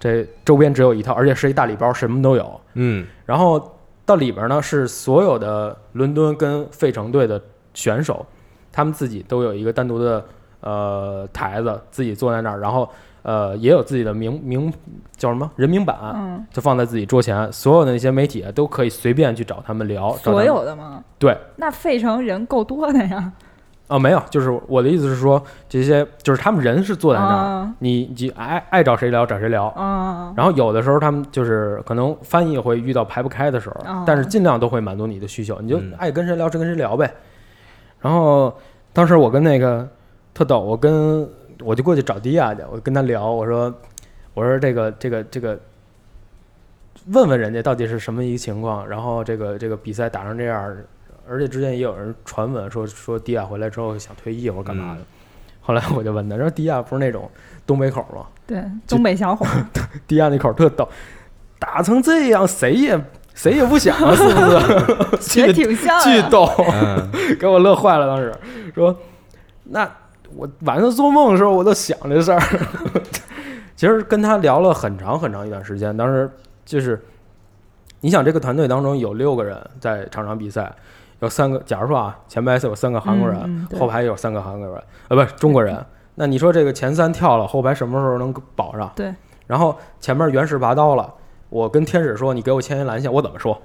Speaker 2: 这周边只有一套，而且是一大礼包，什么都有。
Speaker 1: 嗯
Speaker 2: 然后到里边呢是所有的伦敦跟费城队的选手，他们自己都有一个单独的呃台子，自己坐在那儿，然后呃也有自己的名名叫什么人名板，
Speaker 4: 嗯，
Speaker 2: 就放在自己桌前，所有的那些媒体啊都可以随便去找他们聊。找他
Speaker 4: 所
Speaker 2: 们
Speaker 4: 有的吗？
Speaker 2: 对，
Speaker 4: 那费城人够多的呀。
Speaker 2: 啊，没有，就是我的意思是说，这些就是他们人是坐在那儿，
Speaker 4: 啊
Speaker 2: 你你爱爱找谁聊找谁聊。
Speaker 4: 啊
Speaker 2: 然后有的时候他们就是可能翻译会遇到排不开的时候，
Speaker 4: 哦
Speaker 2: 但是尽量都会满足你的需求，你就
Speaker 1: 嗯
Speaker 2: 爱跟谁聊谁跟谁聊呗。然后当时我跟那个特逗，我跟我就过去找迪亚去，我跟他聊，我说我说这个这个这个，问问人家到底是什么一个情况，然后这个这个比赛打成这样，而且之前也有人传闻说说迪亚回来之后想退役或者干嘛的。后来我就问他，说迪亚不是那种东北口吗？
Speaker 4: 对，
Speaker 2: 就
Speaker 4: 东北小 伙儿
Speaker 2: 迪亚那口儿特逗，打成这样，谁也谁也不想啊，是不 是？
Speaker 4: 也
Speaker 2: 巨
Speaker 4: 挺像啊
Speaker 2: 巨
Speaker 4: 的。
Speaker 2: 逗，
Speaker 1: 嗯
Speaker 2: 给我乐坏了。当时说，那我晚上做梦的时候，我都想这事儿。 其实跟他聊了很长很长一段时间，当时就是，你想这个团队当中有六个人在场上比赛，有三个，假如说啊，前排是有三个韩国人，
Speaker 4: 嗯嗯对嗯
Speaker 2: 后排有三个韩国人，呃，不是中国人。那你说这个前三跳了，后排什么时候能保上？
Speaker 4: 对。
Speaker 2: 然后前面原始拔刀了，我跟天使说，你给我牵一蓝线，我怎么说？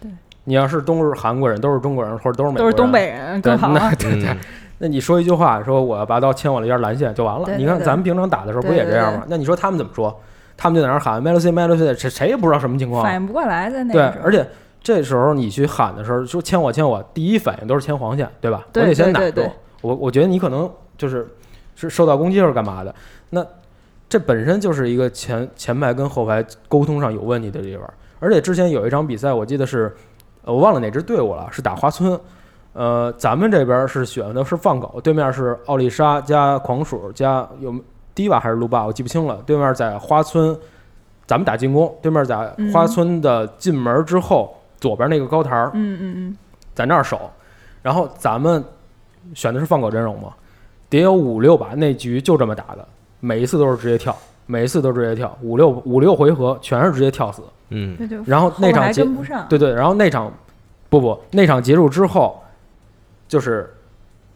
Speaker 4: 对。
Speaker 2: 你要是都是韩国人，都是中国人，或者都是美国
Speaker 4: 都
Speaker 2: 人，
Speaker 4: 是东北人
Speaker 2: 对
Speaker 4: 更好啊。
Speaker 2: 那对对
Speaker 1: 嗯，
Speaker 2: 那你说一句话，说我要拔刀牵我了一下蓝线就完了。
Speaker 4: 对
Speaker 2: 你看
Speaker 4: 对
Speaker 2: 咱们平常打的时候不也这样吗？那你说他们怎么说？他们就在那儿喊 “Melody Melody”，谁谁也不知道什么情况。啊
Speaker 4: 反应不过来，在那
Speaker 2: 对
Speaker 4: 个时，候
Speaker 2: 而且这时候你去喊的时候，说牵我牵我，第一反应都是牵黄线，对吧？
Speaker 4: 对
Speaker 2: 我得先
Speaker 4: 对
Speaker 2: 打
Speaker 4: 对
Speaker 2: 住
Speaker 4: 对。
Speaker 2: 我我觉得你可能就是是受到攻击或者干嘛的，那这本身就是一个前前排跟后排沟通上有问题的地方。而且之前有一场比赛，我记得是呃我忘了哪支队伍了，是打花村。呃，咱们这边是选的是放狗，对面是奥利莎加狂鼠加有迪瓦还是卢巴，我记不清了。对面在花村，咱们打进攻，对面在
Speaker 4: 嗯
Speaker 2: 花村的进门之后、左边那个高台儿
Speaker 4: 嗯嗯
Speaker 2: 在那儿守，然后咱们选的是放狗阵容嘛，得有五六把那局就这么打的，每一次都是直接跳，每一次都直接跳，五六五六回合全是直接跳死。
Speaker 1: 嗯
Speaker 4: 嗯，这就
Speaker 2: 然后那
Speaker 4: 后
Speaker 2: 场
Speaker 4: 来
Speaker 2: 结
Speaker 4: 跟不上。
Speaker 2: 对对，然后那场不不，那场结束之后，就是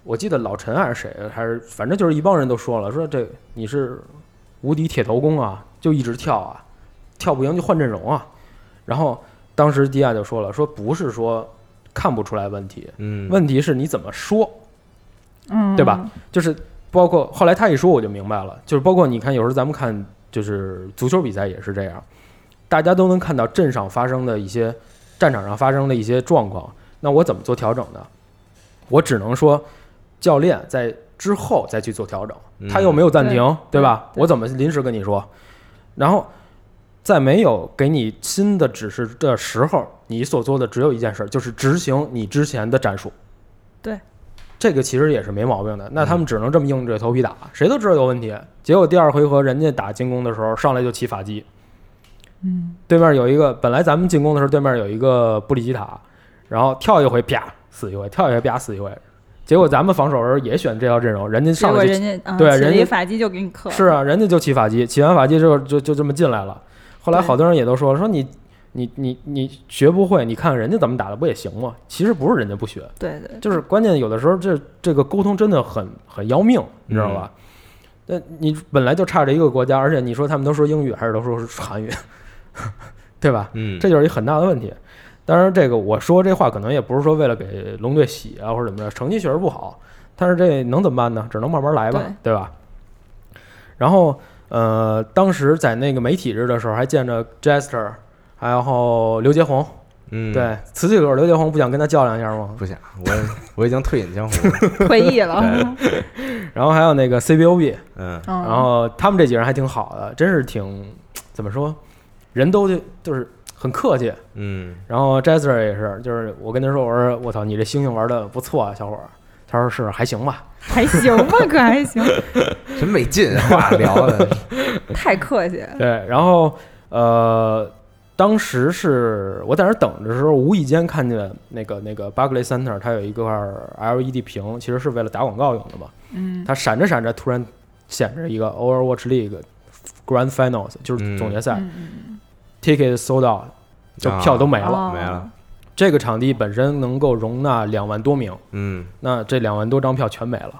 Speaker 2: 我记得老陈还是谁，还是反正就是一帮人都说了，说这你是无敌铁头功啊，就一直跳啊，跳不赢就换阵容啊。然后当时迪亚就说了，说不是说看不出来问题，
Speaker 1: 嗯，
Speaker 2: 问题是你怎么说，
Speaker 4: 嗯，
Speaker 2: 对吧？就是包括后来他一说我就明白了，就是包括你看有时候咱们看就是足球比赛也是这样，大家都能看到镇上发生的一些战场上发生的一些状况，那我怎么做调整呢？我只能说教练在之后再去做调整，
Speaker 1: 嗯
Speaker 2: 他又没有暂停，对吧？
Speaker 4: 嗯对对
Speaker 2: 我怎么临时跟你说？然后在没有给你新的指示的时候，你所做的只有一件事，就是执行你之前的战术。
Speaker 4: 对，
Speaker 2: 这个其实也是没毛病的。那他们只能这么硬着头皮打，谁都知道有问题。结果第二回合人家打进攻的时候，上来就起法击，
Speaker 4: 嗯，
Speaker 2: 对面有一个本来咱们进攻的时候，对面有一个布里吉塔，然后跳一回啪死一回，跳一回啪死一回。结果咱们防守的时候也选这套阵容，人家
Speaker 4: 结
Speaker 2: 上
Speaker 4: 果
Speaker 2: 来就
Speaker 4: 人家啊
Speaker 2: 对
Speaker 4: 起了
Speaker 2: 人
Speaker 4: 一
Speaker 2: 家
Speaker 4: 法击就给你磕了。
Speaker 2: 是啊，人家就起法击，起完法击之后就就这么进来了。后来
Speaker 4: 对
Speaker 2: 好多人也都说说你你你你学不会，你看人家怎么打的不也行吗？其实不是人家不学，
Speaker 4: 对对，
Speaker 2: 就是关键有的时候这这个沟通真的很很要命，你知道吧？那、你本来就差这一个国家，而且你说他们都说英语还是都说是韩语， 对吧？
Speaker 1: 嗯，
Speaker 2: 这就是一很大的问题。当然，这个我说这话可能也不是说为了给龙队洗啊或者怎么着，成绩确实不好，但是这能怎么办呢？只能慢慢来吧，对吧？然后呃，当时在那个媒体日的时候还见着 Jester，然后刘杰宏，
Speaker 1: 嗯，
Speaker 2: 对，瓷器狗刘杰宏不想跟他较量一下吗？
Speaker 1: 不想我我已经退隐江湖了，
Speaker 4: 退役了。
Speaker 3: 嗯
Speaker 2: 然后还有那个 CBOB，
Speaker 1: 嗯
Speaker 4: 嗯
Speaker 2: 然后他们这几个人还挺好的，真是挺怎么说，人都就是很客气。
Speaker 1: 嗯
Speaker 2: 然后 Jester 也是，就是我跟他说，我说我操，你这星星玩的不错啊，小伙儿。他说是，还行吧。
Speaker 3: 还行吧，可还 行，
Speaker 1: 真没劲，啊话聊的，
Speaker 3: 太客气。
Speaker 2: 对，然后呃，当时是我在那儿等着的时候，无意间看见那个那个 Barclay Center，它有一块儿 LED 屏，其实是为了打广告用的嘛。
Speaker 4: 嗯
Speaker 2: 它闪着闪着，突然显示一个 Overwatch League Grand Finals，就是啊
Speaker 1: 嗯
Speaker 2: 总决赛、
Speaker 4: 嗯
Speaker 2: t i c k e t sold out，就票都没了。
Speaker 4: 哦
Speaker 1: 没了，
Speaker 2: 这个场地本身能够容纳两万多名，
Speaker 1: 嗯，
Speaker 2: 那这两万多张票全没了，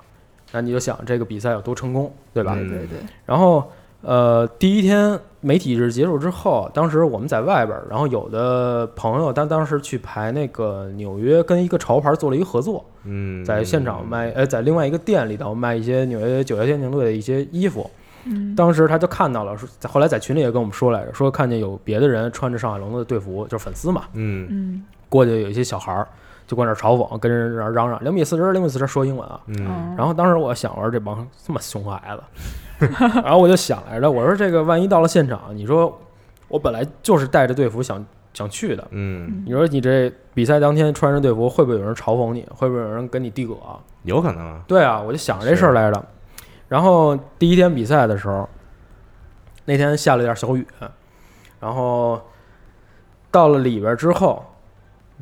Speaker 2: 那你就想这个比赛有多成功，对吧？
Speaker 1: 嗯
Speaker 4: 对对对，
Speaker 2: 然后呃，第一天媒体日结束之后，当时我们在外边儿，然后有的朋友他当时去排那个纽约跟一个潮牌做了一个合作，
Speaker 1: 嗯，
Speaker 2: 在现场卖，呃，在另外一个店里头卖一些纽约九幺天宁队的一些衣服。
Speaker 4: 嗯
Speaker 2: 当时他就看到了，说后来在群里也跟我们说来着，说看见有别的人穿着上海龙的队服，就是粉丝嘛，
Speaker 1: 嗯，
Speaker 4: 嗯
Speaker 2: 过去有一些小孩儿就过那儿嘲讽，跟人嚷嚷嚷两米四十，两米四十说英文啊。
Speaker 1: 嗯
Speaker 4: 嗯，
Speaker 2: 然后当时我想，我说这帮这么熊孩子，然后我就想来着，我说这个万一到了现场，你说我本来就是带着队服想想去的，
Speaker 1: 嗯，
Speaker 2: 你说你这比赛当天穿着队服，会不会有人嘲讽你？会不会有人跟你递葛、
Speaker 1: 有可能 啊，
Speaker 2: 对啊，我就想着这事儿来着。然后第一天比赛的时候，那天下了点小雨，然后到了里边之后，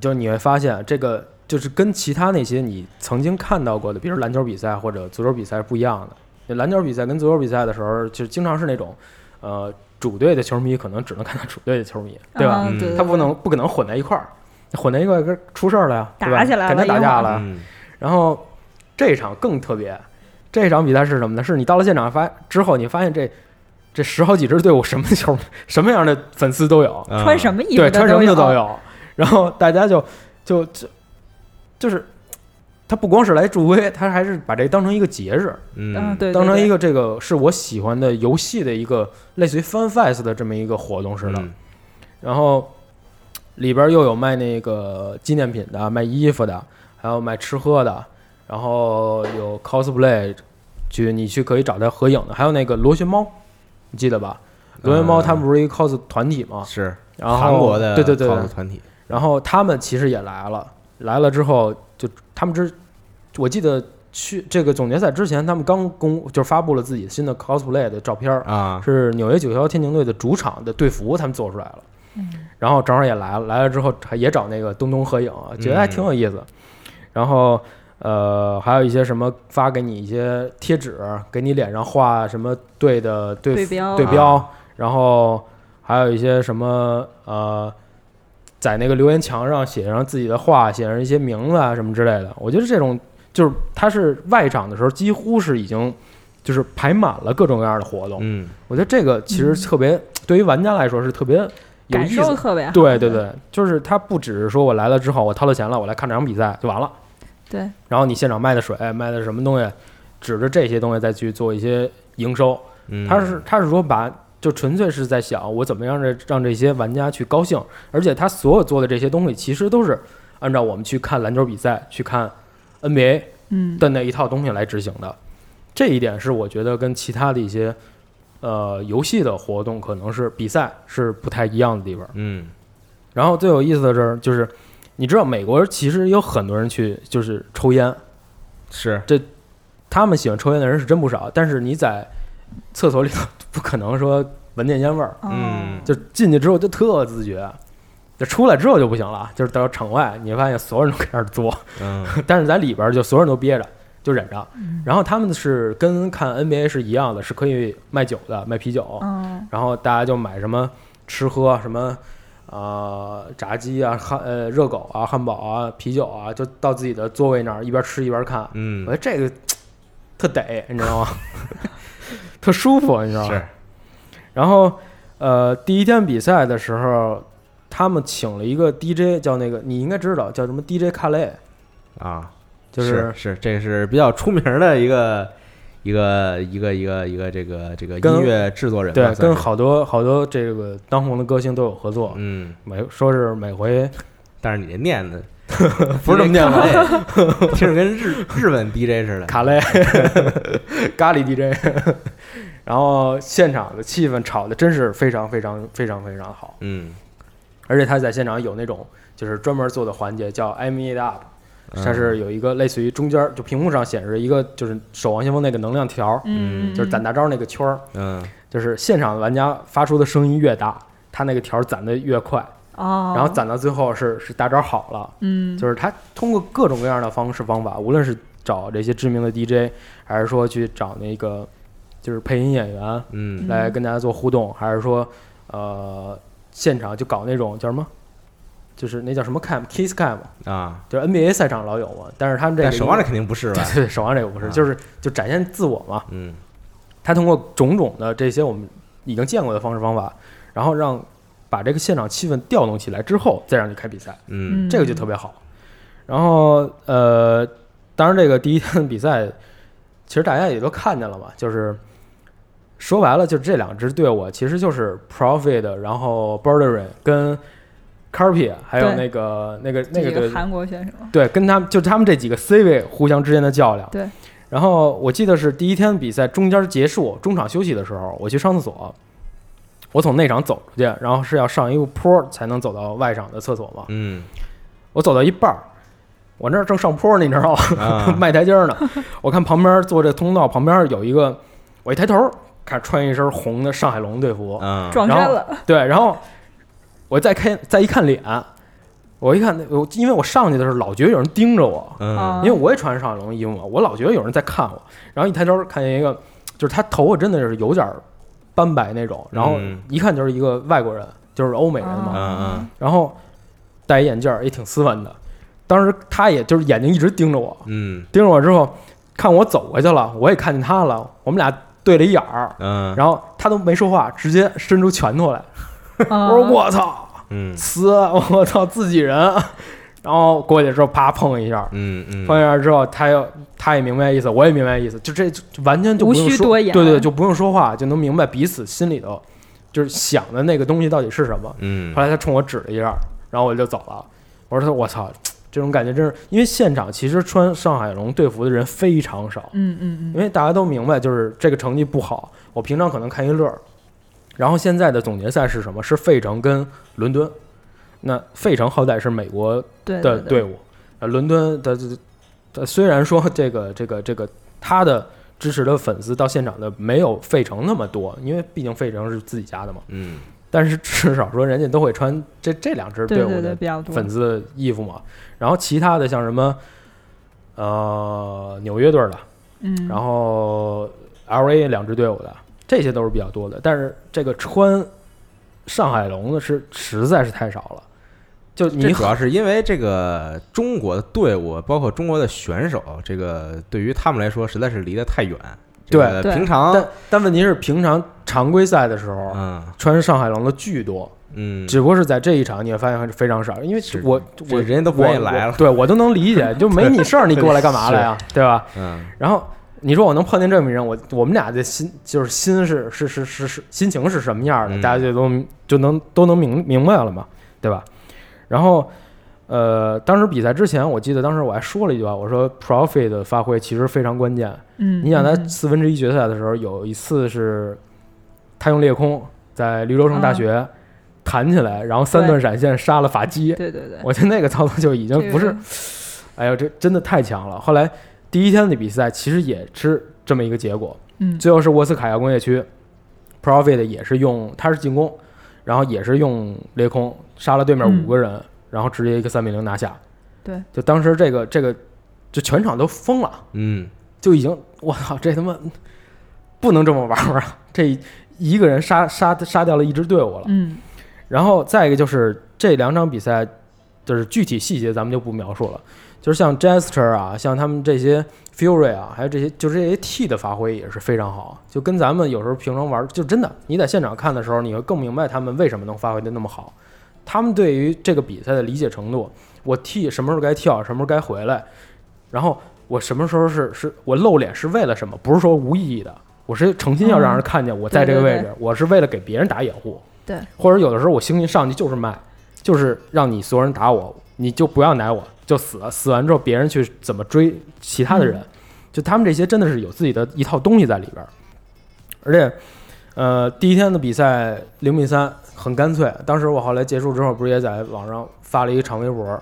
Speaker 2: 就你会发现这个就是跟其他那些你曾经看到过的，比如篮球比赛或者足球比赛是不一样的。那篮球比赛跟足球比赛的时候，就经常是那种，呃，主队的球迷可能只能看到主队的球迷，对吧？
Speaker 1: 嗯
Speaker 3: 嗯、对
Speaker 2: 他不能不可能混在一块儿，混在一块儿跟出事儿了呀，对吧
Speaker 3: 打起来了
Speaker 2: 肯定打架了呀。
Speaker 1: 嗯
Speaker 2: 然后这一场更特别，这一场比赛是什么呢？是你到了现场发之后，你发现这这十好几支队伍什么球、 什么样的粉丝都有，
Speaker 1: 嗯
Speaker 3: 穿什么衣服
Speaker 2: 对，
Speaker 3: 的
Speaker 2: 穿什么的都
Speaker 3: 有。
Speaker 2: 有。然后大家就就就就是，他不光是来助威，他还是把这当成一个节日，
Speaker 3: 嗯，
Speaker 1: 嗯，
Speaker 3: 对，对
Speaker 2: 当成一
Speaker 3: 对
Speaker 2: 个这个是我喜欢的游戏的一个类似于 fan fest 的这么一个活动似的。
Speaker 1: 嗯
Speaker 2: 然后里边儿又有卖那个纪念品的，卖衣服的，还有卖吃喝的，然后有 cosplay，去你去可以找他合影的，还有那个螺旋猫，你记得吧？螺旋猫他们不是一个 cos 团体吗？
Speaker 1: 嗯是
Speaker 2: 然后
Speaker 1: 韩国的
Speaker 2: 对对对，
Speaker 1: 考古团体，
Speaker 2: 然后他们其实也来了，来了之后就他们之，我记得去这个总决赛之前，他们刚公就是发布了自己新的 cosplay 的照片儿，
Speaker 1: 啊，
Speaker 2: 是纽约九幺天宁队的主场的队服，他们做出来了。
Speaker 3: 嗯
Speaker 2: 然后正好也来了，来了之后还也找那个东东合影，觉得还挺有意思。
Speaker 3: 嗯
Speaker 2: 然后呃，还有一些什么发给你一些贴纸，给你脸上画什么队的队
Speaker 3: 对
Speaker 2: 服
Speaker 3: 标
Speaker 2: 对
Speaker 1: 啊
Speaker 2: 标，然后还有一些什么呃，在那个留言墙上写上自己的话，写上一些名字啊什么之类的。我觉得这种就是它是外场的时候，几乎是已经就是排满了各种各样的活动。
Speaker 1: 嗯
Speaker 2: 我觉得这个其实特别、对于玩家来说是特别有
Speaker 3: 嗯感
Speaker 2: 意
Speaker 3: 受
Speaker 2: 思。
Speaker 3: 特别好。
Speaker 2: 对对对，就是它不只是说我来了之后我掏了钱了，我来看这场比赛就完了。
Speaker 3: 对，
Speaker 2: 然后你现场卖的水、哎卖的什么东西，指着这些东西再去做一些营收，
Speaker 1: 嗯，
Speaker 2: 他是他是说把就纯粹是在想我怎么样让这让这些玩家去高兴，而且他所有做的这些东西其实都是按照我们去看篮球比赛、去看 NBA
Speaker 4: 嗯
Speaker 2: 的那一套东西来执行的。这一点是我觉得跟其他的一些呃游戏的活动可能是比赛是不太一样的地方。
Speaker 1: 嗯
Speaker 2: 然后最有意思的是，就是你知道美国其实有很多人去就是抽烟，
Speaker 1: 是
Speaker 2: 他们喜欢抽烟的人是真不少，但是你在厕所里头不可能说闻见烟味儿。
Speaker 3: 哦
Speaker 1: 嗯
Speaker 2: 就进去之后就特自觉，就出来之后就不行了，就是到场外你会发现所有人都开始作，
Speaker 1: 嗯
Speaker 2: 但是在里边儿就所有人都憋着，就忍着。然后他们是跟看 NBA 是一样的，是可以卖酒的，卖啤酒，
Speaker 3: 哦
Speaker 4: 嗯
Speaker 2: 然后大家就买什么吃喝什么。啊、炸鸡啊，汉呃热狗啊，汉堡啊，啤酒啊，就到自己的座位那儿一边吃一边看。我觉
Speaker 1: 嗯
Speaker 2: 得这个特得，你知道 吗？特舒服，你知道吗？
Speaker 1: 是
Speaker 2: 然后呃，第一天比赛的时候，他们请了一个 DJ，叫那个你应该知道叫什么 DJ 卡雷，
Speaker 1: 啊，
Speaker 2: 就是
Speaker 1: 是这是比较出名的一个一个一个一个一个这个这个
Speaker 2: 跟
Speaker 1: 音乐制作人吧，
Speaker 2: 对，
Speaker 1: 算
Speaker 2: 跟
Speaker 1: 是
Speaker 2: 好多好多这个当红的歌星都有合作。
Speaker 1: 嗯，
Speaker 2: 每说是每回
Speaker 1: 但是你这念 的
Speaker 2: 不是这么念的
Speaker 1: 的，哎听着跟日日本 DJ 似的，
Speaker 2: 卡雷 咖喱 DJ，然后现场的气氛炒的真是非常非常非常非常好。
Speaker 1: 嗯
Speaker 2: 而且他在现场有那种就是专门做的环节叫 I'm It Up，
Speaker 1: 嗯
Speaker 2: 它是有一个类似于中间儿就屏幕上显示一个就是守望先锋那个能量条儿，
Speaker 4: 嗯，
Speaker 2: 就是攒大招那个圈儿，
Speaker 1: 嗯，
Speaker 2: 就是现场玩家发出的声音越大，他那个条儿攒的越快，
Speaker 3: 哦，
Speaker 2: 然后攒到最后是是大招好了。
Speaker 4: 嗯，
Speaker 2: 就是他通过各种各样的方式方法，无论是找这些知名的 DJ，还是说去找那个就是配音演员
Speaker 1: 嗯
Speaker 4: 嗯
Speaker 2: 来跟大家做互动，还是说呃现场就搞那种叫什么，就是那叫什么 cam kiss cam，
Speaker 1: 啊，
Speaker 2: 就是 NBA 赛场老有嘛，但是他们这个
Speaker 1: 但守望这肯定不是吧
Speaker 2: 对？对守望这个不是，
Speaker 1: 啊
Speaker 2: 就是就展现自我嘛，
Speaker 1: 嗯
Speaker 2: 他通过种种的这些我们已经见过的方式方法，然后让把这个现场气氛调动起来之后，再让你开比赛。
Speaker 1: 嗯
Speaker 2: 这个就特别好。然后呃，当然这个第一天的比赛，其实大家也都看见了嘛，就是说白了，就是这两支队伍其实就是 Profit，然后 Bordering 跟 Carpi，还有
Speaker 3: 对
Speaker 2: 那个那个那
Speaker 3: 这
Speaker 2: 个
Speaker 3: 几
Speaker 2: 队
Speaker 3: 个韩国选手，
Speaker 2: 对，嗯跟他们就他们这几个 C 位互相之间的较量。
Speaker 3: 对。
Speaker 2: 然后我记得是第一天比赛中间结束，中场休息的时候，我去上厕所，我从内场走出去，然后是要上一个坡才能走到外场的厕所嘛。
Speaker 1: 嗯
Speaker 2: 我走到一半儿，我那儿正上坡呢，你知道吗？
Speaker 1: 啊
Speaker 2: 迈台阶儿呢。 我看旁边坐这通道旁边有一个，我一抬头看穿一身红的上海龙队服，
Speaker 1: 啊
Speaker 3: 撞衫了，
Speaker 2: 对，然后我再看再一看脸，我一看那我因为我上去的时候老觉得有人盯着我，
Speaker 1: 嗯
Speaker 3: 啊
Speaker 2: 因为我也穿上海龙的衣服嘛，我老觉得有人在看我，然后一抬头看见一个，就是他头发真的是有点儿斑白那种，然后
Speaker 1: 嗯
Speaker 2: 一看就是一个外国人，就是欧美人嘛
Speaker 1: 嗯，
Speaker 3: 哦
Speaker 1: 嗯
Speaker 2: 然后戴一眼镜儿也挺斯文的。当时他也就是眼睛一直盯着我，
Speaker 1: 嗯
Speaker 2: 盯着我之后，看我走过去了，我也看见他了，我们俩对了一眼儿，
Speaker 1: 嗯，
Speaker 2: 然后他都没说话，直接伸出拳头来，我
Speaker 3: 我
Speaker 2: 说我操，
Speaker 1: 嗯
Speaker 2: 死，我操自己人，然后过去之后啪碰一下。
Speaker 1: 嗯嗯，
Speaker 2: 碰一下之后，他又他也明白意思，我也明白意思，就这就完全就不
Speaker 3: 无
Speaker 2: 用
Speaker 3: 需
Speaker 2: 说，
Speaker 3: 多言
Speaker 2: 对对，就不用说话，就能明白彼此心里头就是想的那个东西到底是什么。
Speaker 1: 嗯
Speaker 2: 后来他冲我指了一下，然后我就走了。我说我操，这种感觉真是，因为现场其实穿上海龙队服的人非常少，
Speaker 4: 嗯嗯
Speaker 2: 因为大家都明白，就是这个成绩不好，我平常可能看一乐儿。然后现在的总决赛是什么？是费城跟伦敦。那费城好歹是美国
Speaker 3: 对
Speaker 2: 的
Speaker 3: 对
Speaker 2: 队，伍，呃，伦敦的这这虽然说这个这个这个他的支持的粉丝到现场的没有费城那么多，因为毕竟费城是自己家的嘛。
Speaker 1: 嗯
Speaker 2: 但是至少说人家都会穿这这两支队
Speaker 3: 对
Speaker 2: 伍
Speaker 3: 对
Speaker 2: 的
Speaker 3: 对比较多，
Speaker 2: 粉丝的衣服嘛。然后其他的像什么，呃，纽约队儿的，
Speaker 4: 嗯，
Speaker 2: 然后 L A 两支队伍的，这些都是比较多的。但是这个穿上海龙的是实在是太少了，就
Speaker 1: 这
Speaker 2: 你
Speaker 1: 主
Speaker 2: 很
Speaker 1: 要是因为这个中国的队伍，包括中国的选手，这个对于他们来说实在是离得太远。这个
Speaker 3: 对对
Speaker 1: 平常
Speaker 2: 但但问题是平常常规赛的时候。啊
Speaker 1: 嗯
Speaker 2: 穿上海龙的巨多，
Speaker 1: 嗯，
Speaker 2: 只不过是在这一场你会发现还是非常少，因为
Speaker 1: 是
Speaker 2: 我
Speaker 1: 这
Speaker 2: 我
Speaker 1: 人家都不
Speaker 2: 我
Speaker 1: 愿意来
Speaker 2: 我
Speaker 1: 了。
Speaker 2: 对我都能理解，就没你 事儿，你过来干嘛来啊？对吧？
Speaker 1: 嗯
Speaker 2: 然后你说我能碰见这么一人，我我们俩的心就是心是是是是是心情是什么样的，
Speaker 1: 嗯
Speaker 2: 大家就都就能都能明明白了嘛，对吧？然后呃，当时比赛之前，我记得当时我还说了一句话，我说 Profit 的发挥其实非常关键。
Speaker 4: 嗯，
Speaker 2: 你想他四分之一决赛的时候，有一次是他用裂空在绿洲城
Speaker 4: 啊
Speaker 2: 大学弹起来，然后三段闪现杀了法基，
Speaker 3: 对对对，
Speaker 2: 我觉得那个操作就已经
Speaker 3: 这
Speaker 2: 不是
Speaker 3: 个
Speaker 2: 哎呦，这真的太强了！后来第一天的比赛其实也是这么一个结果，
Speaker 4: 嗯
Speaker 2: 最后是沃斯卡亚工业区，Profit 也是用他是进攻，然后也是用裂空杀了对面
Speaker 4: 嗯
Speaker 2: 五个人，然后直接一个三比零拿下。
Speaker 3: 对，
Speaker 2: 就当时这个这个，就全场都疯了，
Speaker 1: 嗯
Speaker 2: 就已经我操，这他妈不能这么玩儿啊！这一个人杀杀杀掉了一支队伍了。
Speaker 4: 嗯
Speaker 2: 然后再一个就是这两场比赛，就是具体细节咱们就不描述了。就是像 Jester 啊，像他们这些 Fury 啊，还有这些就是这些 T 的发挥也是非常好，就跟咱们有时候平常玩，就真的你在现场看的时候，你会更明白他们为什么能发挥的那么好。他们对于这个比赛的理解程度，我 T 什么时候该跳，什么时候该回来，然后我什么时候是是我露脸是为了什么？不是说无意义的，我是诚心要让人看见我在这个位置，
Speaker 3: 对
Speaker 2: 我是为了给别人打掩护。
Speaker 3: 对，
Speaker 2: 或者有的时候我兴趣上去就是卖，就是让你所有人打我，你就不要奶我，就死了。死完之后别人去怎么追其
Speaker 3: 嗯
Speaker 2: 他的人，就他们这些真的是有自己的一套东西在里边儿，而且。呃，第一天的比赛零比三，很干脆。当时我后来结束之后，不是也在网上发了一个长微博，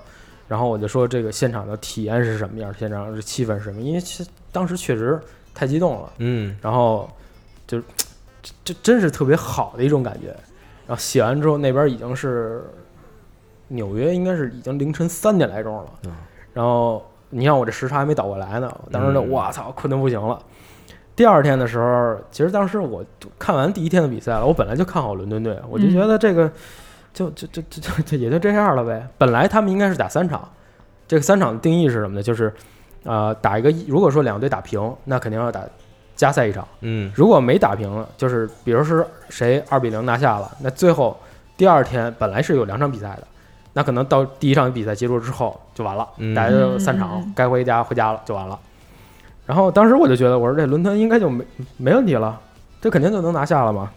Speaker 2: 然后我就说这个现场的体验是什么样，现场的气氛是什么，因为其实当时确实太激动了，
Speaker 1: 嗯，
Speaker 2: 然后就是这这真是特别好的一种感觉。然后写完之后，那边已经是纽约，应该是已经凌晨三点来钟了
Speaker 1: 嗯。
Speaker 2: 然后你看我这时差还没倒过来呢，我当时就
Speaker 1: 嗯
Speaker 2: 我操，困得不行了。第二天的时候，其实当时我就看完第一天的比赛了，我本来就看好伦敦队，我就觉得这
Speaker 1: 嗯
Speaker 2: 个就就就就就就也就这样了呗。本来他们应该是打三场，这个三场的定义是什么呢？就是呃，打一个一如果说两队打平，那肯定要打加赛一场。
Speaker 1: 嗯
Speaker 2: 如果没打平了，就是比如是谁二比零拿下了，那最后第二天本来是有两场比赛的，那可能到第一场比赛结束之后就完了，
Speaker 1: 嗯
Speaker 2: 大家就散场，
Speaker 4: 嗯
Speaker 2: 该回家回家了就完了。然后当时我就觉得，我说这伦敦应该就没没问题了，这肯定就能拿下了嘛。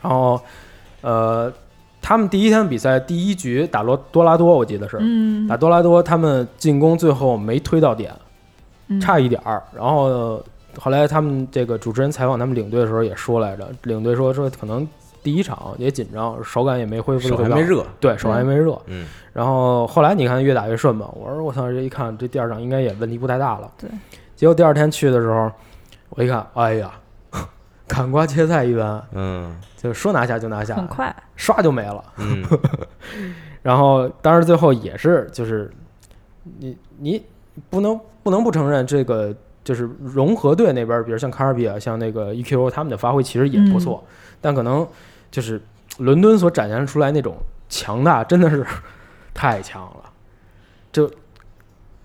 Speaker 2: 然后，呃，他们第一天比赛第一局打罗多拉多，我记得是、
Speaker 4: 嗯
Speaker 2: 打多拉多，他们进攻最后没推到点，
Speaker 4: 嗯
Speaker 1: 嗯
Speaker 2: 差一点儿。然后呃后来他们这个主持人采访他们领队的时候也说来着，领队说说可能第一场也紧张，手感也没恢复
Speaker 1: 手
Speaker 2: 得特
Speaker 1: 还
Speaker 2: 别好
Speaker 1: 没，热，
Speaker 2: 对手还没热。
Speaker 1: 嗯
Speaker 2: 然后后来你看越打越顺嘛，我说我操，这一看这第二场应该也问题不太大了。
Speaker 3: 对，
Speaker 2: 结果第二天去的时候，我一看，哎呀， 砍瓜切菜一般，
Speaker 1: 嗯
Speaker 2: 就说拿下就拿
Speaker 3: 很
Speaker 2: 下，
Speaker 3: 快，
Speaker 2: 刷就没了。
Speaker 1: 嗯，
Speaker 2: 然后当然最后也是就是你你不能不能不承认这个就是融合队那边儿，比如像卡尔比啊，像那个 EQO 他们的发挥其实也不错，但可能就是伦敦所展现出来那种强大真的是 太强了，就。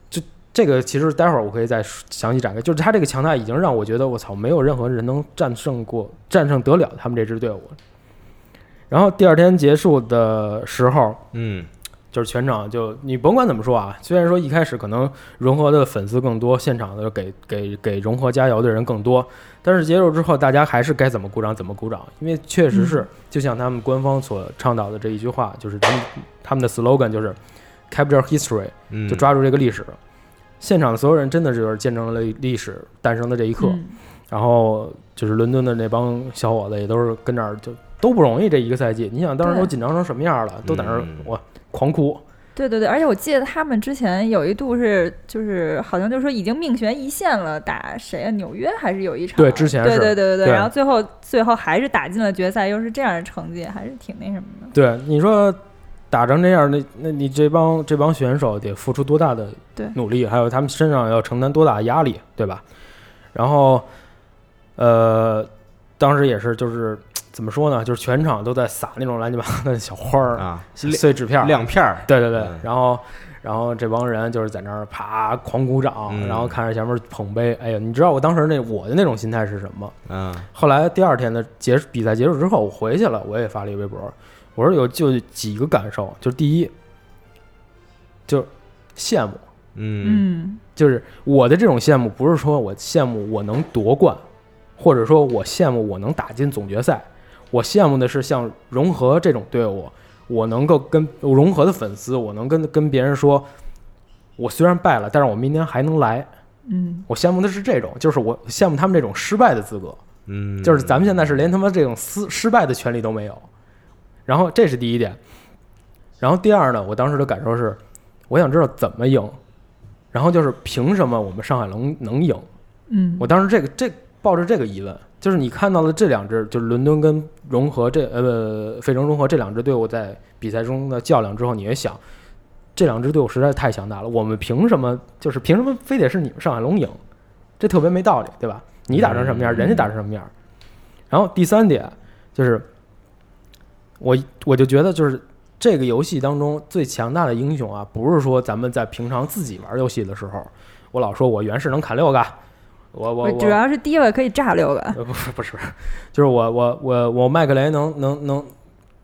Speaker 2: 就这个其实待会儿我可以再详细展开，就是他这个强大已经让我觉得我操，没有任何人能战胜过、战胜得了他们这支队伍。然后第二天结束的时候，
Speaker 1: 嗯
Speaker 2: 就是全场就你甭管怎么说啊，虽然说一开始可能融合的粉丝更多，现场的给给给融合加油的人更多，但是结束之后大家还是该怎么鼓掌怎么鼓掌，因为确实是、就像他们官方所倡导的这一句话，就是他们他们的 slogan 就是 capture history，
Speaker 1: 嗯，
Speaker 2: 就抓住这个历史。现场所有人真的就是见证了历史诞生的这一
Speaker 4: 嗯
Speaker 2: 刻，然后就是伦敦的那帮小伙子也都是跟那儿就都不容易，这一个赛季，你想当时都
Speaker 4: 对
Speaker 2: 紧张成什么样了，都在那儿
Speaker 1: 嗯
Speaker 2: 我狂哭。
Speaker 4: 对对对，而且我记得他们之前有一度是，就是好像就说已经命悬一线了，打谁啊？纽约还是有一场？
Speaker 2: 对之前
Speaker 4: 对
Speaker 2: 是
Speaker 4: 对对对
Speaker 2: 对
Speaker 4: 然后最后最后还是打进了决赛，又是这样的成绩，还是挺那什么的。
Speaker 2: 对，你说打成这样，那那你这帮这帮选手得付出多大的
Speaker 4: 对
Speaker 2: 努力，还有他们身上要承担多大的压力，对吧？然后，呃，当时也是就是怎么说呢，就是全场都在撒那种乱七八糟的小花儿、
Speaker 1: 啊
Speaker 2: 小碎纸片儿，
Speaker 1: 亮片儿，
Speaker 2: 对对对
Speaker 1: 嗯，
Speaker 2: 然后。然后这帮人就是在那儿啪狂鼓掌，
Speaker 1: 嗯
Speaker 2: 然后看着前面捧杯。哎呀，你知道我当时那我的那种心态是什么吗？
Speaker 1: 嗯
Speaker 2: 后来第二天的结比赛结束之后，我回去了，我也发了一微博，我说有就几个感受，就是第一，就是羡慕，
Speaker 1: 嗯
Speaker 4: 嗯
Speaker 2: 就是我的这种羡慕，不是说我羡慕我能夺冠，或者说我羡慕我能打进总决赛，我羡慕的是像融合这种队伍，我能够跟融合的粉丝，我能跟跟别人说，我虽然败了，但是我明年还能来，
Speaker 4: 嗯
Speaker 2: 我羡慕的是这种，就是我羡慕他们这种失败的资格。
Speaker 1: 嗯，
Speaker 2: 就是咱们现在是连他妈这种失失败的权利都没有。然后这是第一点，然后第二呢，我当时的感受是，我想知道怎么赢，然后就是凭什么我们上海能能赢？
Speaker 4: 嗯
Speaker 2: 我当时这个这抱着这个疑问，就是你看到了这两支，就是伦敦跟融合这呃费城融合这两支队伍在比赛中的较量之后，你也想，这两支队伍实在是太强大了，我们凭什么就是凭什么非得是你们上海龙赢？这特别没道理，对吧？你打成什么样，
Speaker 1: 嗯
Speaker 2: 人家打成什么样。然后第三点就是，我我就觉得就是这个游戏当中最强大的英雄啊，不是说咱们在平常自己玩游戏的时候，我老说我原始能砍六个，我我
Speaker 4: 我主要是第一位可以炸六个，
Speaker 2: 呃，不 是不是，就是我我我我麦克雷能能能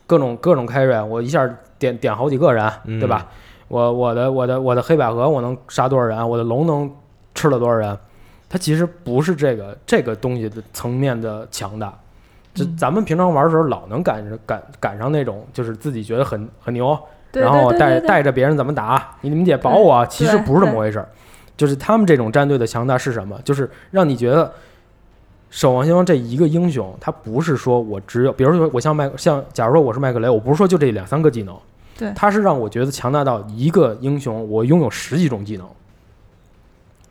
Speaker 2: 各种各种开瑞，啊我一下点点好几个人，啊对吧？我我的我的我的黑百合我能杀多少人？啊我的龙能吃了多少人？啊它其实不是这个这个东西的层面的强大。就
Speaker 4: 嗯
Speaker 2: 咱们平常玩的时候，老能赶上赶赶上那种，就是自己觉得很很牛，
Speaker 4: 对
Speaker 2: 然后
Speaker 4: 对
Speaker 2: 我带
Speaker 4: 对对对，
Speaker 2: 带着别人怎么打，你们姐保我啊，其实
Speaker 4: 对
Speaker 2: 不是这么
Speaker 4: 对
Speaker 2: 回事儿。就是他们这种战队的强大是什么？就是让你觉得守望先锋这一个英雄，他不是说我只有，比如说我像麦，像假如说我是麦克雷，我不是说就这两三个技能，
Speaker 4: 对
Speaker 2: 他是让我觉得强大到一个英雄我拥有十几种技能。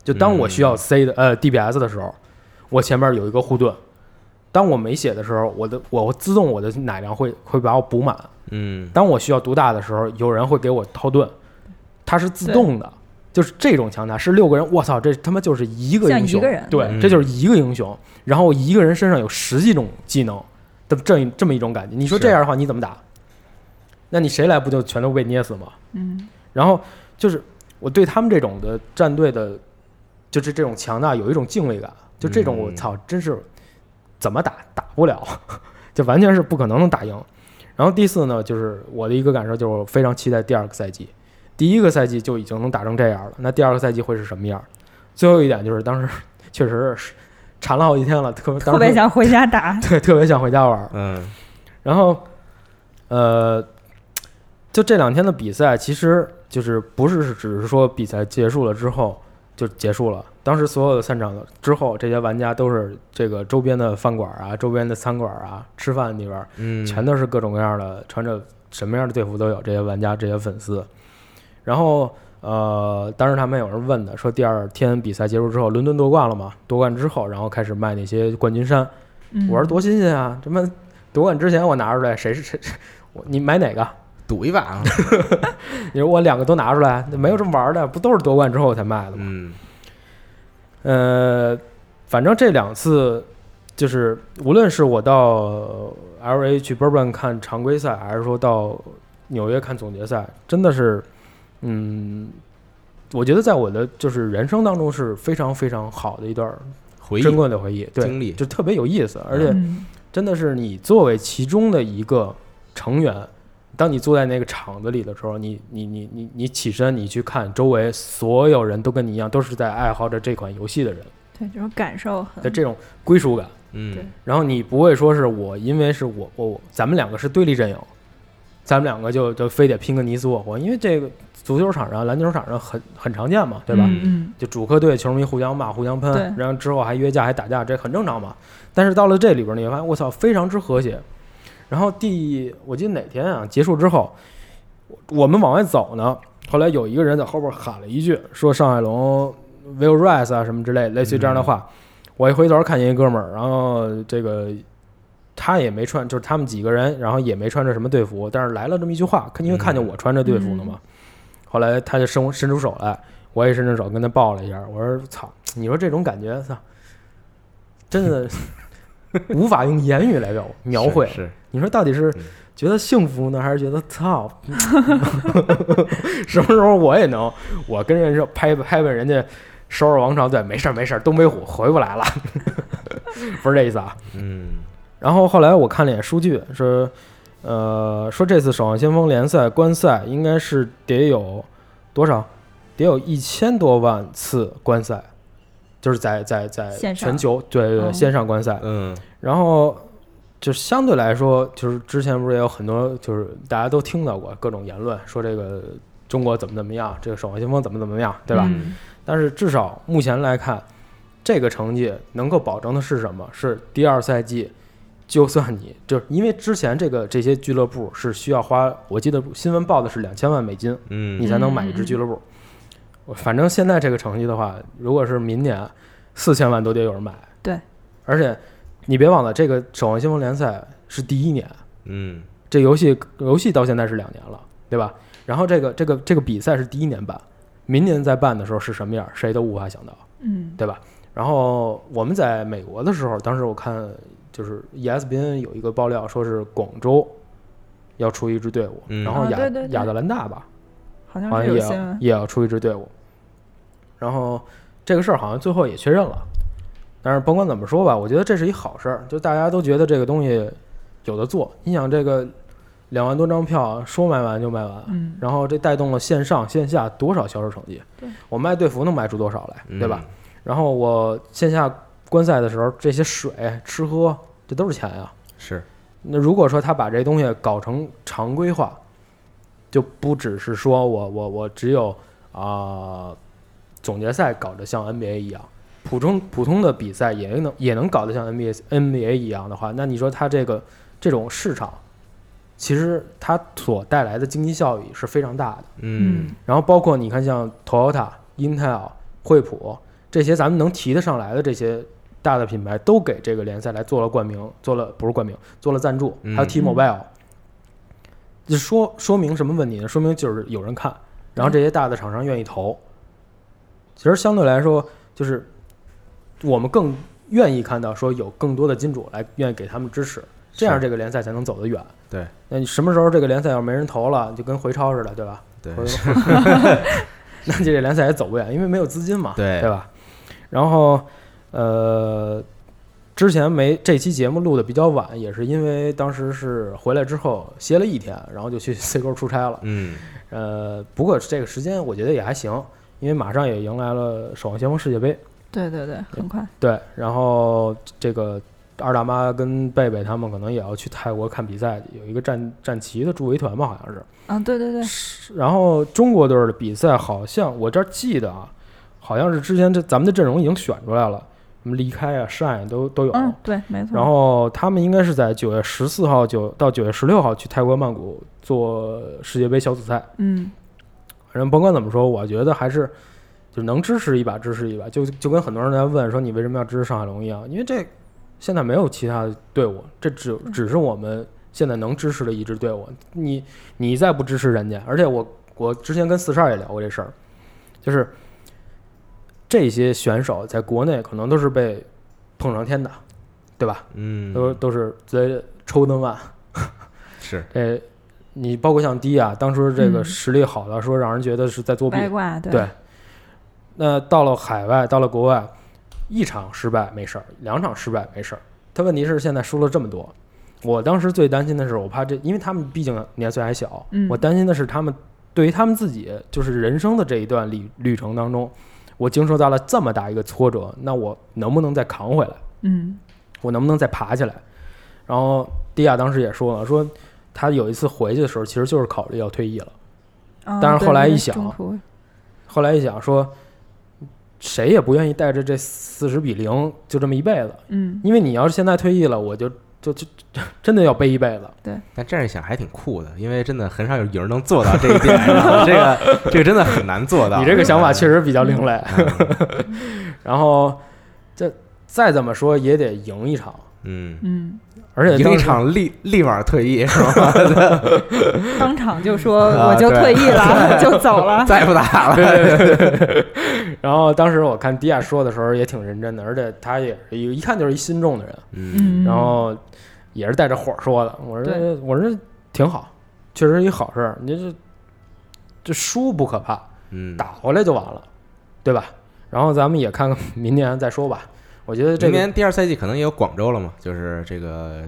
Speaker 2: 就当我需要 C 的、呃 DPS 的时候，我前面有一个护盾；当我没血的时候，我的我自动我的奶量会会把我补满；
Speaker 1: 嗯，
Speaker 2: 当我需要毒大的时候，有人会给我掏盾，它是自动的，就是这种强大是六个人，我操，这他妈就是一个
Speaker 4: 像
Speaker 2: 英雄，
Speaker 4: 一个人
Speaker 2: 对，
Speaker 1: 嗯
Speaker 2: 这就是一个英雄，然后一个人身上有十几种技能的这这么一种感觉，你说
Speaker 1: 是
Speaker 2: 这样的话你怎么打？那你谁来不就全都被捏死吗？
Speaker 4: 嗯，
Speaker 2: 然后就是我对他们这种的战队的，就是这种强大有一种敬畏感，就这种
Speaker 1: 嗯
Speaker 2: 我操，真是怎么打打不了， 就完全是不可能能打赢。然后第四呢，就是我的一个感受就是我非常期待第二个赛季，第一个赛季就已经能打成这样了，那第二个赛季会是什么样？最后一点就是当时确实是 馋了好几天了，特
Speaker 4: 特别，想回家打
Speaker 2: 当时 对，特别想回家玩儿。
Speaker 1: 嗯，
Speaker 2: 然后，呃，就这两天的比赛，其实就是不是只是说比赛结束了之后就结束了。当时所有的散场了之后，这些玩家都是这个周边的饭馆啊、周边的餐馆啊、吃饭的地方，
Speaker 1: 嗯，
Speaker 2: 全都是各种各样的穿着什么样的队服都有，这些玩家、这些粉丝。然后，呃，当时他们有人问的，说第二天比赛结束之后，伦敦夺冠了嘛？夺冠之后，然后开始卖那些冠军衫。
Speaker 4: 嗯
Speaker 2: 我说多新鲜啊！这么夺冠之前我拿出来，谁是 谁？谁我你买哪个？
Speaker 1: 赌一把 啊，
Speaker 2: 你说我两个都拿出来，没有这么玩的，不都是夺冠之后才卖的吗？
Speaker 1: 嗯
Speaker 2: 呃，反正这两次就是，无论是我到 L A 去 Bourbon 看常规赛，还是说到纽约看总决赛，真的是，嗯，我觉得在我的就是人生当中是非常非常好的一段
Speaker 1: 回忆
Speaker 2: 珍贵的回忆，对，
Speaker 1: 经历，
Speaker 2: 就特别有意思，而且
Speaker 4: 嗯
Speaker 2: 真的是你作为其中的一个成员，当你坐在那个场子里的时候，你你你你你起身，你去看周围所有人都跟你一样，都是在爱好着这款游戏的人
Speaker 4: 对这种感受很
Speaker 2: 的这种归属感。
Speaker 4: 对
Speaker 1: 嗯
Speaker 2: 然后你不会说是我，因为是我我我咱们两个是对立阵营，咱们两个就就非得拼个你死我活，因为这个足球场上、篮球场上很很常见嘛，对吧？
Speaker 1: 嗯
Speaker 2: 就主客队球迷互相骂、互相喷
Speaker 4: 对，
Speaker 2: 然后之后还约架、还打架，这很正常嘛。但是到了这里边儿，你会发现，我操，非常之和谐。然后第，我记得哪天啊，结束之后，我们往外走呢，后来有一个人在后边喊了一句，说上海龙 will rise 啊什么之类，类似于这样的话。我一回头看见一哥们儿，然后这个他也没穿，就是他们几个人，然后也没穿着什么队服，但是来了这么一句话，因为看见我穿着队服了嘛。
Speaker 1: 嗯
Speaker 2: 后来他就伸伸出手来，我也伸出手跟他抱了一下，我说：“操，你说这种感觉，操，真 的无法用言语来表描绘。
Speaker 1: 是是
Speaker 2: 你说到底是
Speaker 1: 嗯
Speaker 2: 觉得幸福呢，还是觉得操？ 什么时候我也能，我跟人家拍拍拍人家首尔王朝队，没事儿没事儿，东北虎回不来了， 不是这意思啊。
Speaker 1: 嗯
Speaker 2: 然后后来我看了一眼数据，说，呃，说这次《守望先锋》联赛观赛应该是得有多少？得有一千多万次观赛，就是在在在
Speaker 4: 线上
Speaker 2: 全球对对对
Speaker 4: 嗯
Speaker 2: 线上观赛。
Speaker 1: 嗯
Speaker 2: 然后就是相对来说，就是之前不是也有很多，就是大家都听到过各种言论，说这个中国怎么怎么样，这个《守望先锋》怎么怎么样，对吧？
Speaker 4: 嗯
Speaker 2: 但是至少目前来看，这个成绩能够保证的是什么？是第二赛季，就算你就是因为之前这个这些俱乐部是需要花，我记得新闻报的是两千万美金，
Speaker 1: 嗯
Speaker 2: 你才能买一支俱乐部。我反正现在这个成绩的话，如果是明年四千万都得有人买。
Speaker 4: 对，
Speaker 2: 而且你别忘了，这个《守望先锋》联赛是第一年，
Speaker 1: 嗯
Speaker 2: 这游戏游戏到现在是两年了，对吧？然后这个这个这个比赛是第一年办，明年再办的时候是什么样，谁都无法想到。
Speaker 4: 嗯
Speaker 2: 对吧？然后我们在美国的时候，当时我看就是 E ESPN 有一个爆料，说是广州要出一支队伍，
Speaker 1: 嗯
Speaker 2: 然后
Speaker 4: 啊
Speaker 2: 亚、
Speaker 4: 对对对
Speaker 2: 亚特兰大吧，
Speaker 4: 好像
Speaker 2: 好
Speaker 4: 是
Speaker 2: 像
Speaker 4: 有
Speaker 2: 也
Speaker 4: 新
Speaker 2: 要
Speaker 4: 闻
Speaker 2: 也要出一支队伍，然后这个事儿好像最后也确认了。但是甭管怎么说吧，我觉得这是一好事儿，就大家都觉得这个东西有的做。你想这个两万多张票说卖完就卖完，
Speaker 4: 嗯
Speaker 2: 然后这带动了线上线下多少销售成绩
Speaker 4: 对？
Speaker 2: 我卖队服能卖出多少
Speaker 1: 嗯
Speaker 2: 来，对吧？？然后我线下观赛的时候，这些水、吃喝，这都是钱啊。
Speaker 1: 嗯是
Speaker 2: 那如果说他把这东西搞成常规化，就不只是说我我我只有啊、总决赛搞得像 NBA 一样，普通普通的比赛也能也能搞得像 NBA NBA 一样的话，那你说它这个这种市场，其实它所带来的经济效益是非常大的。
Speaker 1: 嗯
Speaker 2: 然后包括你看像 Toyota、Intel、惠普这些咱们能提得上来的这些大的品牌，都给这个联赛来做了冠名，做了不是冠名，做了赞助，
Speaker 1: 嗯
Speaker 2: 还有 T-Mobile。就说说明什么问题呢？说明就是有人看，然后这些大的厂商愿意投。其实相对来说，就是我们更愿意看到说有更多的金主来愿意给他们支持，这样
Speaker 1: 是
Speaker 2: 这个联赛才能走得远。
Speaker 1: 对，
Speaker 2: 那你什么时候这个联赛要没人投了，就跟回超似的，对吧？
Speaker 1: 对
Speaker 2: 回头那这联赛也走不远，因为没有资金嘛，
Speaker 1: 对
Speaker 2: 吧？然后呃，之前没这期节目录的比较晚，也是因为当时是回来之后歇了一天，然后就去 C 沟出差了。
Speaker 1: 嗯
Speaker 2: 呃，不过这个时间我觉得也还行，因为马上也迎来了守望先锋世界杯，
Speaker 4: 对对对，很快。
Speaker 2: 对，然后这个二大妈跟贝贝他们可能也要去泰国看比赛，有一个战战旗的助威团吧，好像是。
Speaker 4: 啊，对对对，
Speaker 2: 是然后中国队儿的比赛好像我这儿记得啊，好像是之前这咱们的阵容已经选出来了，什么离开啊、善都都有。
Speaker 4: 嗯，对，没错。
Speaker 2: 然后他们应该是在九月十四号九到九月十六号去泰国曼谷做世界杯小组赛。
Speaker 4: 嗯，
Speaker 2: 反正甭管怎么说，我觉得还是就能支持一把支持一把，就就跟很多人在问说你为什么要支持上海龙一样，因为这现在没有其他的队伍，这只只是我们现在能支持的一支队伍。你你再不支持人家，而且我我之前跟四十二也聊过这事儿，就是这些选手在国内可能都是被捧上天的，对吧？
Speaker 1: 嗯，
Speaker 2: 都都是在抽灯啊，
Speaker 1: 是
Speaker 2: 这你包括像迪亚，当初这个
Speaker 4: 嗯
Speaker 2: 实力好到说让人觉得是在作弊，
Speaker 4: 八卦对
Speaker 2: 对，那到了海外，到了国外，一场失败没事儿，两场失败没事儿。他问题是现在输了这么多，我当时最担心的是，我怕这，因为他们毕竟年岁还小，
Speaker 4: 嗯
Speaker 2: 我担心的是他们对于他们自己就是人生的这一段旅旅程当中，我经受到了这么大一个挫折，那我能不能再扛回来？
Speaker 4: 嗯
Speaker 2: 我能不能再爬起来？然后迪亚当时也说了，说他有一次回去的时候，其实就是考虑要退役了。
Speaker 4: 啊
Speaker 2: 但是
Speaker 4: 对
Speaker 2: 后来
Speaker 4: 对
Speaker 2: 一
Speaker 4: 对
Speaker 2: 想
Speaker 4: 中途
Speaker 2: 后来一想说，谁也不愿意带着这四十比零就这么一辈子，
Speaker 4: 嗯，
Speaker 2: 因为你要是现在退役了，我就就 就就真的要背一辈子。
Speaker 1: 但这样一想还挺酷的，因为真的很少有有人能做到这一点上，这 个这个真的很难做到。
Speaker 2: 你这个想法确实比较另类。
Speaker 1: 嗯，
Speaker 2: 然后这再怎么说也得赢一场，
Speaker 1: 嗯，
Speaker 4: 嗯，
Speaker 2: 而且
Speaker 1: 赢
Speaker 2: 当
Speaker 1: 一
Speaker 2: 时
Speaker 1: 场立立马退役 是吧？
Speaker 4: 当场就说
Speaker 1: 啊
Speaker 4: 我就
Speaker 1: 对
Speaker 4: 退役 了，就走了。
Speaker 1: 再也不打了。
Speaker 2: 然后当时我看迪亚说的时候也挺认真的，而且他也是一个一看就是一心重的人，
Speaker 1: 嗯
Speaker 4: 嗯，
Speaker 2: 然后也是带着火说的。我说
Speaker 4: 对
Speaker 2: 我说挺好，确实一好事儿。你这这输不可怕，
Speaker 1: 嗯，
Speaker 2: 打回来就完了，对吧？然后咱们也看看明年再说吧。我觉得这
Speaker 1: 明
Speaker 2: 个
Speaker 1: 年第二赛季可能也有广州了嘛，就是这个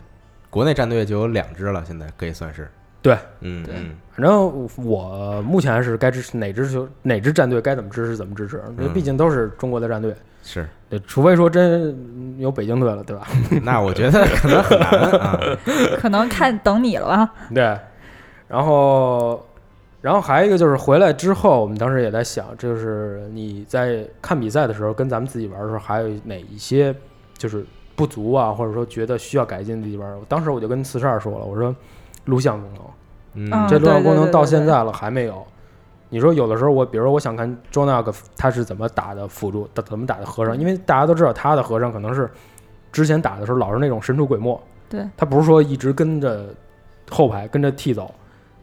Speaker 1: 国内战队就有两支了，现在可以算是。
Speaker 2: 对，
Speaker 1: 嗯
Speaker 4: 对
Speaker 1: 嗯
Speaker 2: 反正我目前是该支持哪支球哪支战队该怎么支持怎么支持，
Speaker 1: 嗯
Speaker 2: 这毕竟都是中国的战队，
Speaker 1: 是，
Speaker 2: 对，除非说真有北京队了，对吧？
Speaker 1: 那我觉得可能很难 啊。
Speaker 4: 可能看等你了啊。
Speaker 2: 对。然后，然后还有一个就是回来之后，我们当时也在想，就是你在看比赛的时候，跟咱们自己玩的时候，还有哪一些就是不足啊，或者说觉得需要改进的地方？我当时我就跟四十二说了，我说录像功能。
Speaker 1: 嗯
Speaker 4: 嗯，
Speaker 2: 这录像
Speaker 4: 对对
Speaker 2: 功能
Speaker 4: 对
Speaker 2: 到
Speaker 4: 对
Speaker 2: 现
Speaker 4: 对
Speaker 2: 在了还没有。你说有的时候我，比如说我想看 j o n a g 他是怎么打的辅助，他怎么打的和尚，因为大家都知道他的和尚可能是之前打的时候老是那种神出鬼没，
Speaker 4: 对
Speaker 2: 他不是说一直跟着后排跟着 T 走，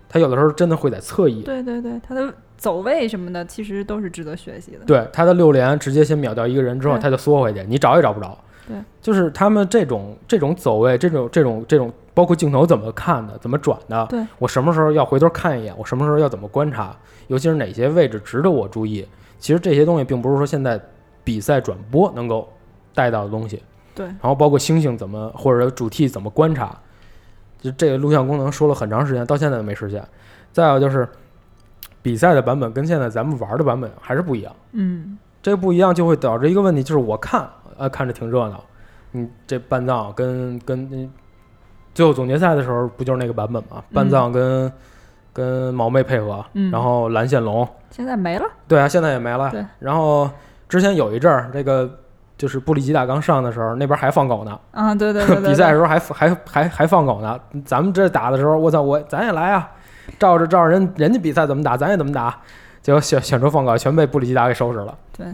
Speaker 2: 他有的时候真的会在侧翼，
Speaker 4: 对对对，他的走位什么的，其实都是值得学习的。
Speaker 2: 对他的六连直接先秒掉一个人之后，
Speaker 4: 对
Speaker 2: 他就缩回去，你找也找不着。
Speaker 4: 对，
Speaker 2: 就是他们这种这种走位，这种这种这种，包括镜头怎么看的，怎么转的，
Speaker 4: 对
Speaker 2: 我什么时候要回头看一眼，我什么时候要怎么观察，尤其是哪些位置值得我注意。其实这些东西并不是说现在比赛转播能够带到的东西。
Speaker 4: 对
Speaker 2: 然后包括星星怎么或者主 T 怎么观察，就这个录像功能说了很长时间，到现在都没实现。再有就是比赛的版本跟现在咱们玩的版本还是不一样。
Speaker 4: 嗯，
Speaker 2: 这不一样就会导致一个问题，就是我看呃看着挺热闹，你这半藏跟跟嗯最后总决赛的时候不就是那个版本吗？半藏跟、跟毛妹配合，
Speaker 4: 嗯
Speaker 2: 然后蓝线龙，
Speaker 4: 现在没了。
Speaker 2: 对啊，现在也没了
Speaker 4: 对。
Speaker 2: 然后之前有一阵儿这个就是布里吉塔刚上的时候，那边还放狗呢，
Speaker 4: 啊，对对对对，对
Speaker 2: 比赛的时候还还还还放狗呢。咱们这打的时候，我操，我咱也来啊，照着照着人人家比赛怎么打，咱也怎么打。结果选选出放狗，全被布里吉达给收拾了。
Speaker 4: 对，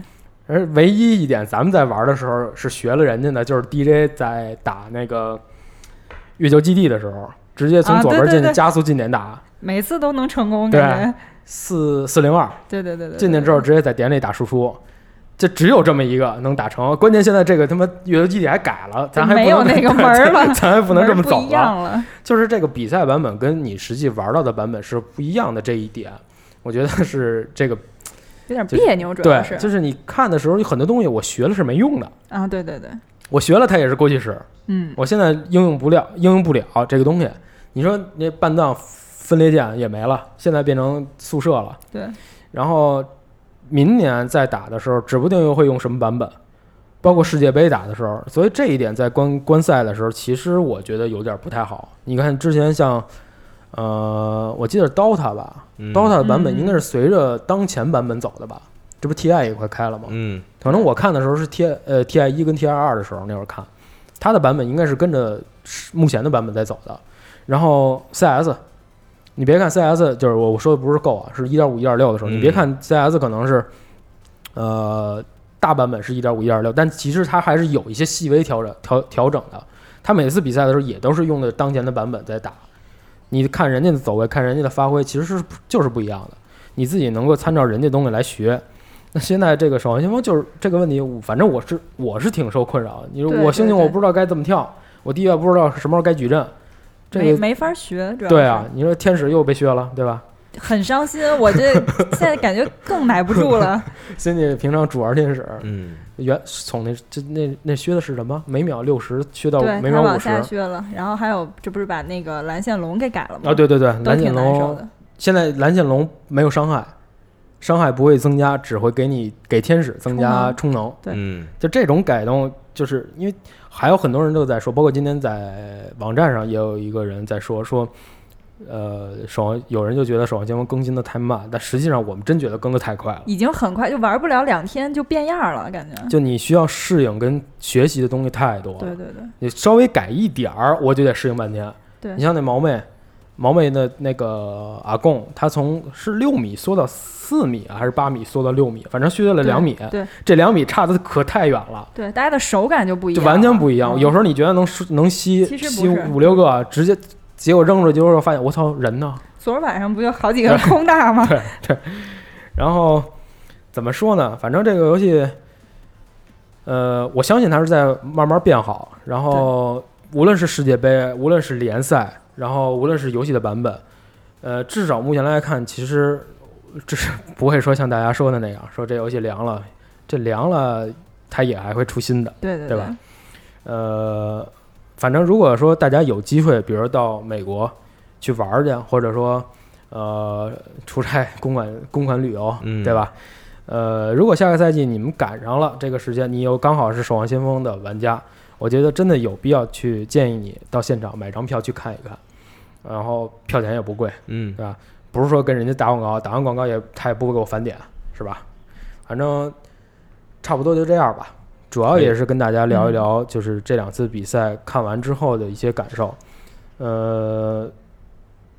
Speaker 2: 而唯一一点咱们在玩的时候是学了人家的，就是 DJ 在打那个月球基地的时候，直接从
Speaker 4: 啊
Speaker 2: 左边
Speaker 4: 对对
Speaker 2: 进去
Speaker 4: 对
Speaker 2: 加速进点打
Speaker 4: 每次都能成功，
Speaker 2: 对
Speaker 4: 感觉，
Speaker 2: 四四零二，
Speaker 4: 对对对对，
Speaker 2: 进去之后直接在点里打输出。就只有这么一个能打成，关键现在这个他妈月球基地还改了，咱还不
Speaker 4: 没有
Speaker 2: 能
Speaker 4: 那个门儿了
Speaker 2: 咱还不
Speaker 4: 不
Speaker 2: 能这么走啊
Speaker 4: 不一样了，
Speaker 2: 就是这个比赛版本跟你实际玩到的版本是不一样的这一点，我觉得是这个
Speaker 4: 有点
Speaker 2: 就是
Speaker 4: 别扭，主要
Speaker 2: 对，
Speaker 4: 是
Speaker 2: 就是你看的时候有很多东西我学了是没用的，
Speaker 4: 啊，对对对，
Speaker 2: 我学了它也是过去式，
Speaker 4: 嗯，
Speaker 2: 我现在应用不了，应用不了这个东西。你说那半藏分裂舰也没了，现在变成宿舍了，
Speaker 4: 对，
Speaker 2: 然后明年再打的时候，指不定又会用什么版本。包括世界杯打的时候，所以这一点在观观赛的时候，其实我觉得有点不太好。你看之前像，呃，我记得是 DOTA 吧、
Speaker 1: 嗯
Speaker 2: d o t a 版本
Speaker 4: 嗯
Speaker 2: 应该是随着当前版本走的吧？这不 TI 也快开了吗？
Speaker 1: 嗯，
Speaker 2: 可能我看的时候是 T 呃 T I 一跟 T I 二的时候那会儿看，它的版本应该是跟着目前的版本在走的。然后 C S，你别看 C S 就是我我说的不是够啊，是一点五一点六的时候，
Speaker 1: 嗯
Speaker 2: 你别看 C S 可能是呃大版本是一点五一点六，但其实它还是有一些细微调整调调整的。它每次比赛的时候也都是用的当前的版本在打，你看人家的走位，看人家的发挥，其实是就是不一样的。你自己能够参照人家东西来学。那现在这个守望先锋就是这个问题，我反正我是我是挺受困扰的。你说
Speaker 4: 对
Speaker 2: 我
Speaker 4: 对
Speaker 2: 星星
Speaker 4: 对
Speaker 2: 我不知道该怎么跳，我地月不知道什么时候该矩阵，这
Speaker 4: 没
Speaker 2: 个
Speaker 4: 没法学，主要
Speaker 2: 对
Speaker 4: 是
Speaker 2: 啊，，你说天使又被削了，对吧？
Speaker 4: 很伤心，我这现在感觉更买不住了，
Speaker 2: 星星平常主玩天使，
Speaker 1: 嗯，
Speaker 2: 原从那这那那削的是什么？每秒六十削到
Speaker 4: 对，
Speaker 2: 每
Speaker 4: 他
Speaker 2: 秒
Speaker 4: 往
Speaker 2: 五十
Speaker 4: 下
Speaker 2: 啊？
Speaker 4: 削了，然后还有这不是把那个蓝线龙给改了吗？，
Speaker 2: 对对对，
Speaker 4: 都
Speaker 2: 蓝
Speaker 4: 挺
Speaker 2: 剑
Speaker 4: 难受
Speaker 2: 龙
Speaker 4: 的，
Speaker 2: 现在蓝剑龙没有伤害，伤害不会增加，只会给你给天使增加充能。
Speaker 4: 对
Speaker 1: 嗯
Speaker 2: 就这种改动，就是因为还有很多人都在说，包括今天在网站上也有一个人在说说，呃，守望有人就觉得守望先锋更新的太慢，但实际上我们真觉得更的太快了。
Speaker 4: 已经很快就玩不了两天就变样了，感觉，
Speaker 2: 就你需要适应跟学习的东西太多
Speaker 4: 对
Speaker 2: 了，
Speaker 4: 对对。
Speaker 2: 你稍微改一点儿，我就得适应半天。
Speaker 4: 对
Speaker 2: 你像那毛妹，毛妹的那个阿贡，她从是六米缩到四米啊还是八米缩到六米，反正削了两米，
Speaker 4: 对
Speaker 2: 这两米差的可太远了。
Speaker 4: 对，大家的手感就不一
Speaker 2: 就
Speaker 4: 样，
Speaker 2: 完全不一样。
Speaker 4: 嗯
Speaker 2: 有时候你觉得能输能吸
Speaker 4: 其实不
Speaker 2: 吸
Speaker 4: 是
Speaker 2: 五六个，直接结果扔出去之后发现我操人呢。
Speaker 4: 昨儿晚上不就好几个空大吗？
Speaker 2: 然后怎么说呢？反正这个游戏，呃，我相信它是在慢慢变好。然后无论是世界杯，无论是联赛，然后无论是游戏的版本，呃，至少目前来看，其实只是不会说像大家说的那样，说这游戏凉了，这凉了它也还会出新的。
Speaker 4: 对对
Speaker 2: 对吧？呃，反正如果说大家有机会，比如到美国去玩儿去，或者说呃出差公款公款旅游，
Speaker 1: 嗯
Speaker 2: 对吧？呃，如果下个赛季你们赶上了这个时间，你又刚好是守望先锋的玩家，我觉得真的有必要去建议你到现场买张票去看一看，然后票钱也不贵，
Speaker 1: 嗯
Speaker 2: 不是说跟人家打广告，打完广告也他也不会给我返点，是吧？反正差不多就这样吧。主要也是跟大家聊一聊，就是这两次比赛看完之后的一些感受。呃，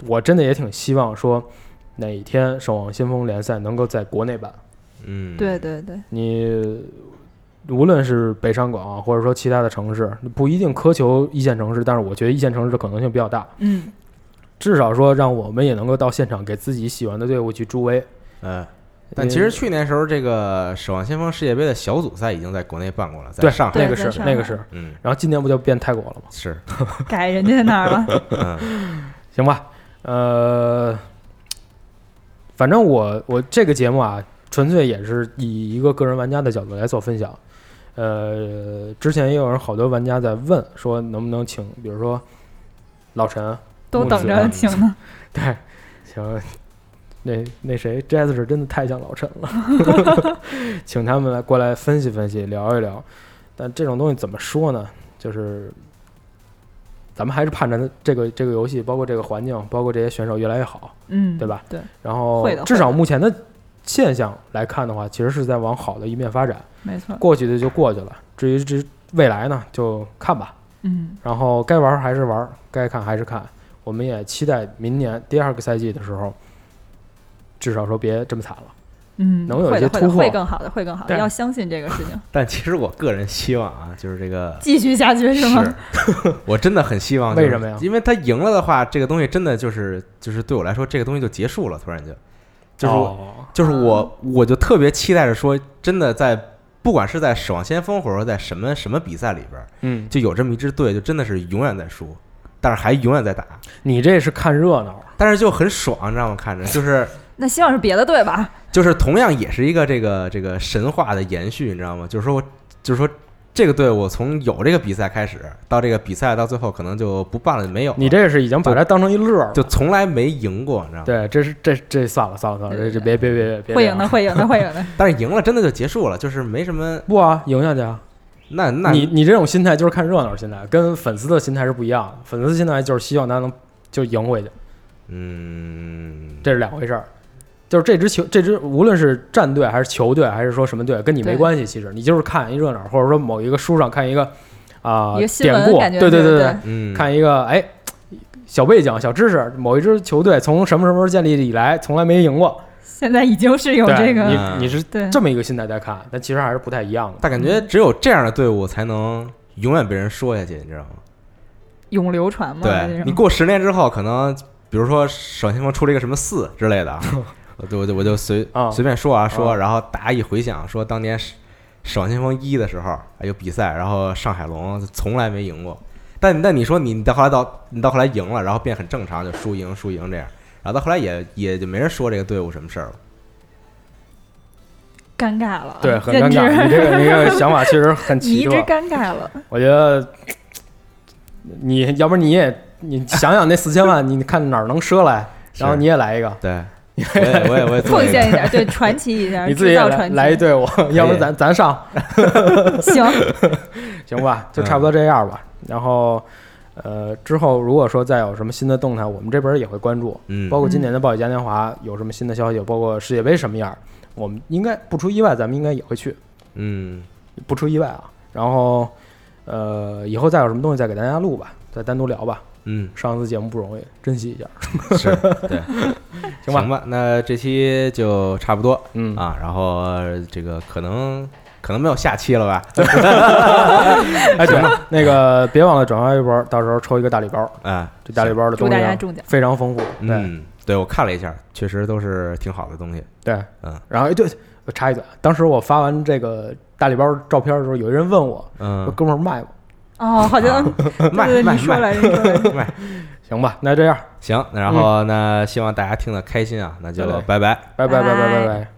Speaker 2: 我真的也挺希望说哪一天《守望先锋》联赛能够在国内办。
Speaker 1: 嗯，
Speaker 4: 对对对，
Speaker 2: 你无论是北上广啊或者说其他的城市，不一定苛求一线城市，但是我觉得一线城市的可能性比较大。
Speaker 4: 嗯，
Speaker 2: 至少说让我们也能够到现场给自己喜欢的队伍去助威。
Speaker 1: 呃，但其实去年时候这个守望先锋世界杯的小组赛已经在国内办过了，在
Speaker 2: 对
Speaker 1: 上海，
Speaker 4: 对
Speaker 2: 那个
Speaker 4: 在
Speaker 2: 是
Speaker 4: 上
Speaker 2: 那
Speaker 4: 海
Speaker 2: 个是，
Speaker 1: 嗯
Speaker 2: 然后今年不就变泰国了吗？
Speaker 1: 是，
Speaker 4: 改人家那 儿了，
Speaker 1: 嗯
Speaker 2: 行吧，呃，反正我我这个节目啊，纯粹也是以一个个人玩家的角度来做分享。呃，之前也有人好多玩家在问说能不能请，比如说老陈，
Speaker 4: 都等
Speaker 2: 木嗯
Speaker 4: 着
Speaker 2: 子
Speaker 4: 请呢。
Speaker 2: 对，行，那那谁，Jazz 是真的太像老陈了， 请他们来过来分析分析，聊一聊。但这种东西怎么说呢？就是咱们还是盼着这个这个游戏，包括这个环境，包括这些选手越来越好，
Speaker 4: 嗯，
Speaker 2: 对吧？
Speaker 4: 对，
Speaker 2: 然后
Speaker 4: 会的
Speaker 2: 至
Speaker 4: 会
Speaker 2: 少
Speaker 4: 的
Speaker 2: 目前的现象来看的话，其实是在往好的一面发展。
Speaker 4: 没错，
Speaker 2: 过去的就过去了，至于这未来呢，就看吧。
Speaker 4: 嗯，
Speaker 2: 然后该玩儿还是玩儿，该看还是看。我们也期待明年第二个赛季的时候，至少说别这么惨了。
Speaker 4: 嗯，
Speaker 2: 能有一
Speaker 4: 会
Speaker 2: 些
Speaker 4: 的，会的，
Speaker 2: 突破
Speaker 4: 会更好的，会更好的，
Speaker 2: 对
Speaker 4: 要相信这个事情，
Speaker 1: 但其实我个人希望啊，就是这个
Speaker 4: 继续下去是吗？
Speaker 1: 是 我真的很希望、就是
Speaker 2: 为什么呀
Speaker 1: 因为他赢了的话，这个东西真的就是就是对我来说，这个东西就结束了，突然就就是我、
Speaker 2: 哦
Speaker 1: 就是我我就特别期待着说，真的在不管是在守望先锋，或者说在什么什么比赛里边，
Speaker 2: 嗯，
Speaker 1: 就有这么一支队，就真的是永远在输，但是还永远在打，
Speaker 2: 你这是看热闹，
Speaker 1: 但是就很爽，你知道吗？看着就是。
Speaker 4: 那希望是别的队吧，
Speaker 1: 就是同样也是一个这个这个神话的延续，你知道吗？就是说我，就是说这个队伍从有这个比赛开始，到这个比赛到最后可能就不办了，没有了
Speaker 2: 你这是已经把它当成一乐儿了。
Speaker 1: 就从来没赢过，你知道吗？
Speaker 2: 对，这是这这算了算了算了，这这别别别别别
Speaker 4: 会
Speaker 2: 聊
Speaker 4: 赢的，会赢的，会赢的，
Speaker 1: 但是赢了真的就结束了，就是没什么。
Speaker 2: 不啊，赢下去啊！
Speaker 1: 那那
Speaker 2: 你你这种心态就是看热闹心态，跟粉丝的心态是不一样的。粉丝心态就是希望他能就赢回去，
Speaker 1: 嗯，
Speaker 2: 这是两回事儿。就是这支球，这支无论是战队还是球队，还是说什么队，跟你没
Speaker 4: 对
Speaker 2: 关系。其实你就是看一热闹，或者说某一个书上看一个啊、
Speaker 4: 一个新
Speaker 2: 典故，
Speaker 4: 闻感
Speaker 2: 对
Speaker 4: 觉
Speaker 2: 对
Speaker 4: 对
Speaker 2: 对，
Speaker 1: 嗯，
Speaker 2: 看一个哎小背景、小知识，某一支球队从什么什么时候建立以来，从来没赢过。
Speaker 4: 现在已经是有
Speaker 2: 对
Speaker 4: 这个，
Speaker 1: 嗯
Speaker 2: 你你是
Speaker 4: 对，
Speaker 2: 这么一个心态在看，但其实还是不太一样的。
Speaker 1: 但感觉只有这样的队伍才能永远被人说下去，你知道吗？
Speaker 4: 永流传嘛，
Speaker 1: 对
Speaker 4: 这
Speaker 1: 你
Speaker 4: 种，
Speaker 1: 过十年之后，可能比如说首先锋出了一个什么四之类的 啊，我就我就我就随
Speaker 2: 啊
Speaker 1: 随便说啊说，
Speaker 2: 啊
Speaker 1: 然后大家一回想说当年守望先锋一的时候哎有比赛，然后上海龙从来没赢过，但但你说你到后来到你到后来赢了，然后变很正常，就输赢输赢这样，然后到后来也也就没人说这个队伍什么事儿了。
Speaker 4: 尴尬了，啊
Speaker 2: 对，很尴
Speaker 4: 认知
Speaker 2: 尬。你这 个你这个想法确实很奇
Speaker 4: 迷之
Speaker 2: 特。
Speaker 4: 尴尬 了，
Speaker 2: 我觉得你要不然你也你想想那四千万，你看哪儿能赊来，然后
Speaker 1: 是
Speaker 2: 你也来一个，
Speaker 1: 对，我也我也我也做
Speaker 4: 奉
Speaker 1: 一
Speaker 4: 献
Speaker 1: 个
Speaker 4: 一下，对，传奇一下，
Speaker 2: 你自己
Speaker 4: 制
Speaker 2: 也
Speaker 4: 造
Speaker 2: 来
Speaker 4: 传奇，
Speaker 2: 来一队伍，要不然咱咱上
Speaker 4: 行，
Speaker 2: 啊行吧，就差不多这样吧。然后呃，之后如果说再有什么新的动态，我们这边也会关注。
Speaker 1: 嗯
Speaker 2: 包括今年的暴雪嘉年华有什么新的消息，包括世界杯什么样儿，我们应该不出意外，咱们应该也会去，
Speaker 1: 嗯
Speaker 2: 不出意外啊。然后，呃，以后再有什么东西再给大家录吧，再单独聊吧。
Speaker 1: 嗯
Speaker 2: 上次节目不容易，珍惜一下，
Speaker 1: 是对，
Speaker 2: 行吧？
Speaker 1: 吧，那这期就差不多。
Speaker 2: 嗯，
Speaker 1: 啊，然后呃这个可能可能没有下期了吧？
Speaker 2: 哎，对了，那个别忘了转发微博，到时候抽一个大礼包。
Speaker 4: 哦
Speaker 1: 啊，
Speaker 2: 这大礼包的东
Speaker 4: 祝
Speaker 2: 西
Speaker 4: 大家
Speaker 2: 啊
Speaker 4: 中奖，
Speaker 2: 非常丰富，对、
Speaker 1: 嗯，对我看了一下，确实都是挺好的东西。
Speaker 2: 对，
Speaker 1: 嗯。
Speaker 2: 然后哎，对，我插一嘴，当时我发完这个大礼包照片的时候，有一人问我，说
Speaker 1: 嗯，
Speaker 2: 哥们儿卖吗？
Speaker 4: 哦，好
Speaker 2: 啊
Speaker 4: 像
Speaker 1: 卖
Speaker 4: 对对对，
Speaker 1: 卖
Speaker 4: 你说
Speaker 1: 卖
Speaker 4: 来着，你说来着。
Speaker 1: 卖，
Speaker 2: 行吧，那这样，
Speaker 4: 嗯
Speaker 1: 行，那然后呢，希望大家听得开心啊，那就
Speaker 2: 对对
Speaker 1: 拜拜。
Speaker 2: 拜拜拜拜
Speaker 4: 拜
Speaker 2: 拜
Speaker 4: 拜
Speaker 2: 拜